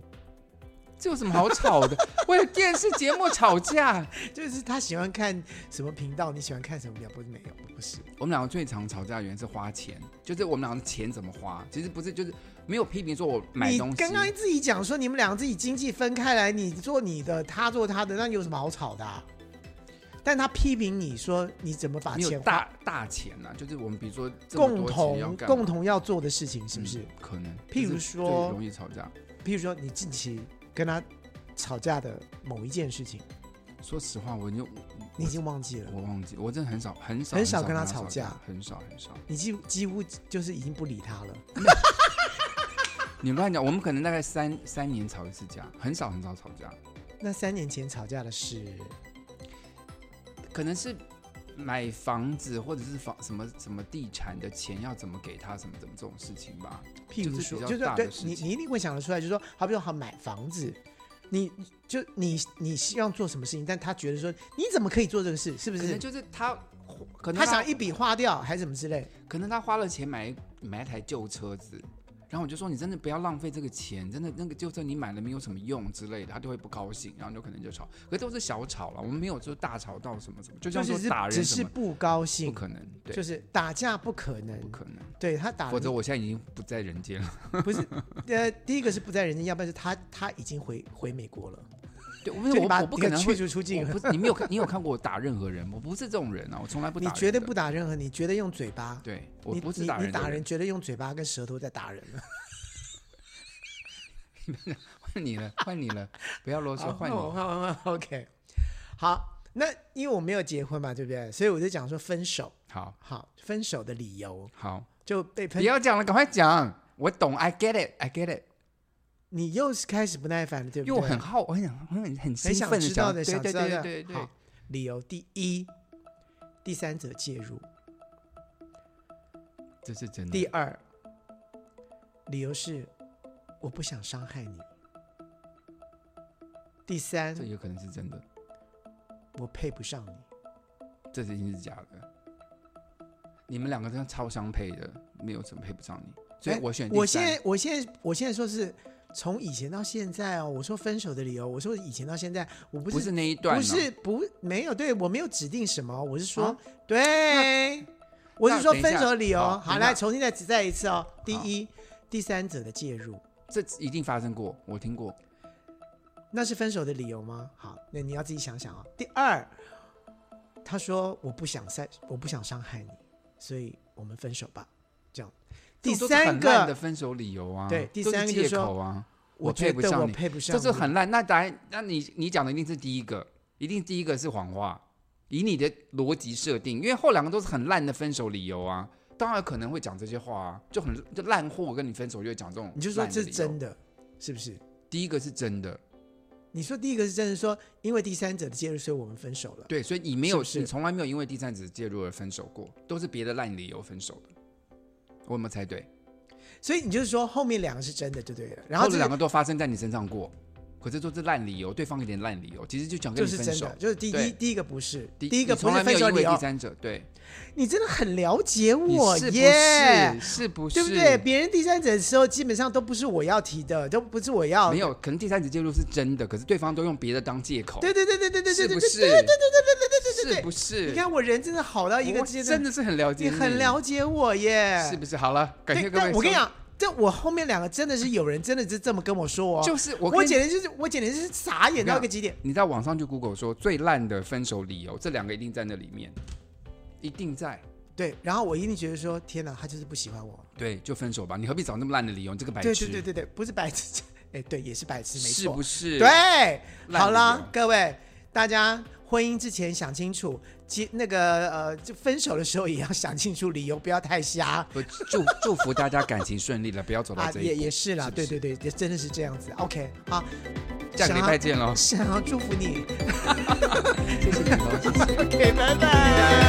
[SPEAKER 2] 这有什么好吵的？为了电视节目吵架，
[SPEAKER 1] 就是他喜欢看什么频道，你喜欢看什么频道，不是没有，不是。
[SPEAKER 2] 我们两个最常吵架的原因是花钱，就是我们两个钱怎么花，其实不是，就是没有批评说我买
[SPEAKER 1] 你
[SPEAKER 2] 东西。
[SPEAKER 1] 刚刚自己讲说你们两个自己经济分开来，你做你的，他做他的，那有什么好吵的、啊？但他批评你说你怎么把
[SPEAKER 2] 没有
[SPEAKER 1] 钱
[SPEAKER 2] 大大钱呐、就是我们比如说这么
[SPEAKER 1] 共
[SPEAKER 2] 多钱要
[SPEAKER 1] 同
[SPEAKER 2] 干嘛
[SPEAKER 1] 共同要做的事情，是不是？
[SPEAKER 2] 嗯可能？
[SPEAKER 1] 譬如
[SPEAKER 2] 这是最
[SPEAKER 1] 说
[SPEAKER 2] 容易吵架。
[SPEAKER 1] 譬如说你近期跟他吵架的某一件事情，
[SPEAKER 2] 说实话，我就
[SPEAKER 1] 你已经忘记了，
[SPEAKER 2] 我忘记，我真的很少很少
[SPEAKER 1] 很少跟他
[SPEAKER 2] 他
[SPEAKER 1] 吵
[SPEAKER 2] 架
[SPEAKER 1] 架，
[SPEAKER 2] 很少很少。
[SPEAKER 1] 你几乎几乎就是已经不理他了。
[SPEAKER 2] 你乱讲，我们可能大概三三年吵一次架，很少很少吵架，
[SPEAKER 1] 那三年前吵架的是，
[SPEAKER 2] 可能是。买房子或者是房什么什么地产的钱要怎么给他，什么怎么这种事情吧。
[SPEAKER 1] 譬如说，
[SPEAKER 2] 就
[SPEAKER 1] 就
[SPEAKER 2] 是比较
[SPEAKER 1] 是
[SPEAKER 2] 大的
[SPEAKER 1] 对
[SPEAKER 2] 事
[SPEAKER 1] 你
[SPEAKER 2] 情
[SPEAKER 1] 你一定会想得出来，就是说，好比说好买房子。你就你你希望做什么事情，但他觉得说你怎么可以做这个事，是不
[SPEAKER 2] 可能
[SPEAKER 1] 是？
[SPEAKER 2] 就是他，可
[SPEAKER 1] 他
[SPEAKER 2] 能
[SPEAKER 1] 想一笔花掉还是什么之类。
[SPEAKER 2] 可能他花了钱买买一台旧车子，然后我就说你真的不要浪费这个钱，真的那个旧车你买了没有什么用之类的，他就会不高兴，然后就可能就吵，可是都是小吵了，我们没有就大吵到什么什么，就
[SPEAKER 1] 就
[SPEAKER 2] 像
[SPEAKER 1] 是
[SPEAKER 2] 说打
[SPEAKER 1] 只
[SPEAKER 2] 人什
[SPEAKER 1] 是
[SPEAKER 2] 么，
[SPEAKER 1] 不高
[SPEAKER 2] 不
[SPEAKER 1] 兴，
[SPEAKER 2] 可能，对，
[SPEAKER 1] 就是打架不可能，
[SPEAKER 2] 不可能，
[SPEAKER 1] 对他打
[SPEAKER 2] 否
[SPEAKER 1] 了
[SPEAKER 2] 则我现在已经不在人间了。
[SPEAKER 1] 不是，呃，第一个是不在人间，要不然是他他已经回回美国了，
[SPEAKER 2] 对，我
[SPEAKER 1] 就你把
[SPEAKER 2] 我我不可能
[SPEAKER 1] 你
[SPEAKER 2] 会
[SPEAKER 1] 给驱逐出境
[SPEAKER 2] 我不是你没有看你有看过我打任何人，我不是这种人啊，我从来不
[SPEAKER 1] 你
[SPEAKER 2] 打人的，
[SPEAKER 1] 绝对不打任何，你绝对用嘴巴，
[SPEAKER 2] 对，我
[SPEAKER 1] 你
[SPEAKER 2] 不是
[SPEAKER 1] 你
[SPEAKER 2] 打人
[SPEAKER 1] 你打
[SPEAKER 2] 的
[SPEAKER 1] 人，绝对用嘴巴跟舌头在打人了，
[SPEAKER 2] 换你了，换你了，不要啰嗦，换你
[SPEAKER 1] 我换换换，OK，好，那因为我没有结婚嘛，对不对？所以我就讲说分手，
[SPEAKER 2] 好
[SPEAKER 1] 好，分手的理由
[SPEAKER 2] 好，
[SPEAKER 1] 就被
[SPEAKER 2] 不
[SPEAKER 1] 喷，
[SPEAKER 2] 要讲了，赶快讲，我懂，I get it，I get it。
[SPEAKER 1] 你又是开始不耐烦了，对不
[SPEAKER 2] 因
[SPEAKER 1] 对？
[SPEAKER 2] 为我很好，我很想很很
[SPEAKER 1] 很
[SPEAKER 2] 兴
[SPEAKER 1] 想
[SPEAKER 2] 奋的
[SPEAKER 1] 知道的，
[SPEAKER 2] 对
[SPEAKER 1] 想
[SPEAKER 2] 对
[SPEAKER 1] 知道
[SPEAKER 2] 对
[SPEAKER 1] 的。
[SPEAKER 2] 对对
[SPEAKER 1] 好，理由第一，第三者介入；
[SPEAKER 2] 这是真的。
[SPEAKER 1] 第二，理由是我不想伤害你；第三
[SPEAKER 2] 这，有可能是真的，
[SPEAKER 1] 我配不上你。
[SPEAKER 2] 这已经是假的。你们两个真的超相配的，没有什么配不上你，所以
[SPEAKER 1] 哎
[SPEAKER 2] 我选第
[SPEAKER 1] 我
[SPEAKER 2] 三
[SPEAKER 1] 现在，我现在，我现在说是从以前到现在哦，我说分手的理由，我说以前到现在，我不是
[SPEAKER 2] 不是那一段、哦，
[SPEAKER 1] 不是不没有，对我没有指定什么，我是说、
[SPEAKER 2] 啊
[SPEAKER 1] 对，我是说
[SPEAKER 2] 等一下
[SPEAKER 1] 分手的理由。
[SPEAKER 2] 好
[SPEAKER 1] 好，
[SPEAKER 2] 等一下
[SPEAKER 1] 来重新再再一次哦。第一，第三者的介入，
[SPEAKER 2] 这一定发生过，我听过。
[SPEAKER 1] 那是分手的理由吗？好，那你要自己想想啊、第二，他说我不想再，我不想伤害你，所以我们分手吧，这样。第
[SPEAKER 2] 这种都是
[SPEAKER 1] 三
[SPEAKER 2] 很烂的
[SPEAKER 1] 个，
[SPEAKER 2] 分手理由啊，
[SPEAKER 1] 对第
[SPEAKER 2] 都
[SPEAKER 1] 三个就是
[SPEAKER 2] 借
[SPEAKER 1] 说
[SPEAKER 2] 口啊，
[SPEAKER 1] 我
[SPEAKER 2] 配
[SPEAKER 1] 觉
[SPEAKER 2] 不
[SPEAKER 1] 得我
[SPEAKER 2] 上你，
[SPEAKER 1] 配不上
[SPEAKER 2] 这
[SPEAKER 1] 你，
[SPEAKER 2] 是很烂。那答案，那你你讲的一定是第一个，一定第一个是谎话。以你的逻辑设定，因为后两个都是很烂的分手理由啊，当然可能会讲这些话啊，就很就烂货跟你分手就会讲这种烂的
[SPEAKER 1] 你
[SPEAKER 2] 理由。
[SPEAKER 1] 就说这是真的，是不是？
[SPEAKER 2] 第一个是真的，
[SPEAKER 1] 你说第一个是真的说，因为第三者的介入，所以我们分手了。
[SPEAKER 2] 对，所以你没有，
[SPEAKER 1] 是不是
[SPEAKER 2] 你从来没有因为第三者介入而分手过，都是别的烂理由分手的。我有没有猜对？
[SPEAKER 1] 所以你就是说后面两个是真的就对了，然后
[SPEAKER 2] 后
[SPEAKER 1] 这
[SPEAKER 2] 两个都发生在你身上过，可是都是烂理由，对方给点烂理由，其实就想
[SPEAKER 1] 就
[SPEAKER 2] 跟你
[SPEAKER 1] 是
[SPEAKER 2] 分
[SPEAKER 1] 真
[SPEAKER 2] 手
[SPEAKER 1] 的，。就是第
[SPEAKER 2] 对
[SPEAKER 1] 一第一个不是，
[SPEAKER 2] 第
[SPEAKER 1] 第一个
[SPEAKER 2] 你
[SPEAKER 1] 不
[SPEAKER 2] 从来
[SPEAKER 1] 是
[SPEAKER 2] 没
[SPEAKER 1] 分
[SPEAKER 2] 有
[SPEAKER 1] 手
[SPEAKER 2] 因为
[SPEAKER 1] 理由
[SPEAKER 2] 第，三者，对，
[SPEAKER 1] 你真的很了解
[SPEAKER 2] 你
[SPEAKER 1] 我
[SPEAKER 2] 是不
[SPEAKER 1] 耶
[SPEAKER 2] 是？，是不是？
[SPEAKER 1] 对不对？别人第三者的时候，基本上都不是我要提的，都不是我要
[SPEAKER 2] 没。有，可能第三者介入是真的，可是对方都用别的当借口，
[SPEAKER 1] 对对对对对对对
[SPEAKER 2] 是
[SPEAKER 1] 对
[SPEAKER 2] 不
[SPEAKER 1] 对
[SPEAKER 2] 是？
[SPEAKER 1] 对对对对对
[SPEAKER 2] 是
[SPEAKER 1] 对
[SPEAKER 2] 不
[SPEAKER 1] 对。
[SPEAKER 2] 是？
[SPEAKER 1] 你看我人真的好到一个
[SPEAKER 2] 我
[SPEAKER 1] 阶段
[SPEAKER 2] 真，的是很了解
[SPEAKER 1] 你很了解我耶。
[SPEAKER 2] 是不是？好了，感谢
[SPEAKER 1] 对，
[SPEAKER 2] 各位
[SPEAKER 1] 但
[SPEAKER 2] 收。
[SPEAKER 1] 我跟你讲，但我后面两个真的是有人真的是这么跟我说哦，
[SPEAKER 2] 就是我
[SPEAKER 1] 我
[SPEAKER 2] 跟你
[SPEAKER 1] 简直就是我简直是傻眼到一个极点。
[SPEAKER 2] 你在网上就 Google 说最烂的分手理由，这两个一定在那里面，一定在。
[SPEAKER 1] 对，然后我一定觉得说，天哪，他就是不喜欢我。
[SPEAKER 2] 对，就分手吧，你何必找那么烂的理由？你这个白
[SPEAKER 1] 对
[SPEAKER 2] 痴，
[SPEAKER 1] 对对对对，不是白痴，哎，对，也是白痴，没
[SPEAKER 2] 是
[SPEAKER 1] 错
[SPEAKER 2] 不。是？
[SPEAKER 1] 对，
[SPEAKER 2] 烂
[SPEAKER 1] 好
[SPEAKER 2] 理由
[SPEAKER 1] 了，各位大家婚姻之前想清楚，结那个呃，就分手的时候也要想清楚理由，不要太瞎。
[SPEAKER 2] 我祝祝福大家感情顺利了，不要走到
[SPEAKER 1] 啊，
[SPEAKER 2] 这一步。
[SPEAKER 1] 也也是啦，
[SPEAKER 2] 是不
[SPEAKER 1] 对
[SPEAKER 2] 是
[SPEAKER 1] 对对，也真的是这样子。OK，好，
[SPEAKER 2] 下个
[SPEAKER 1] 想
[SPEAKER 2] 礼
[SPEAKER 1] 要
[SPEAKER 2] 拜见喽，
[SPEAKER 1] 想要祝福你。
[SPEAKER 2] 谢谢你喽，谢谢。
[SPEAKER 1] OK，拜拜。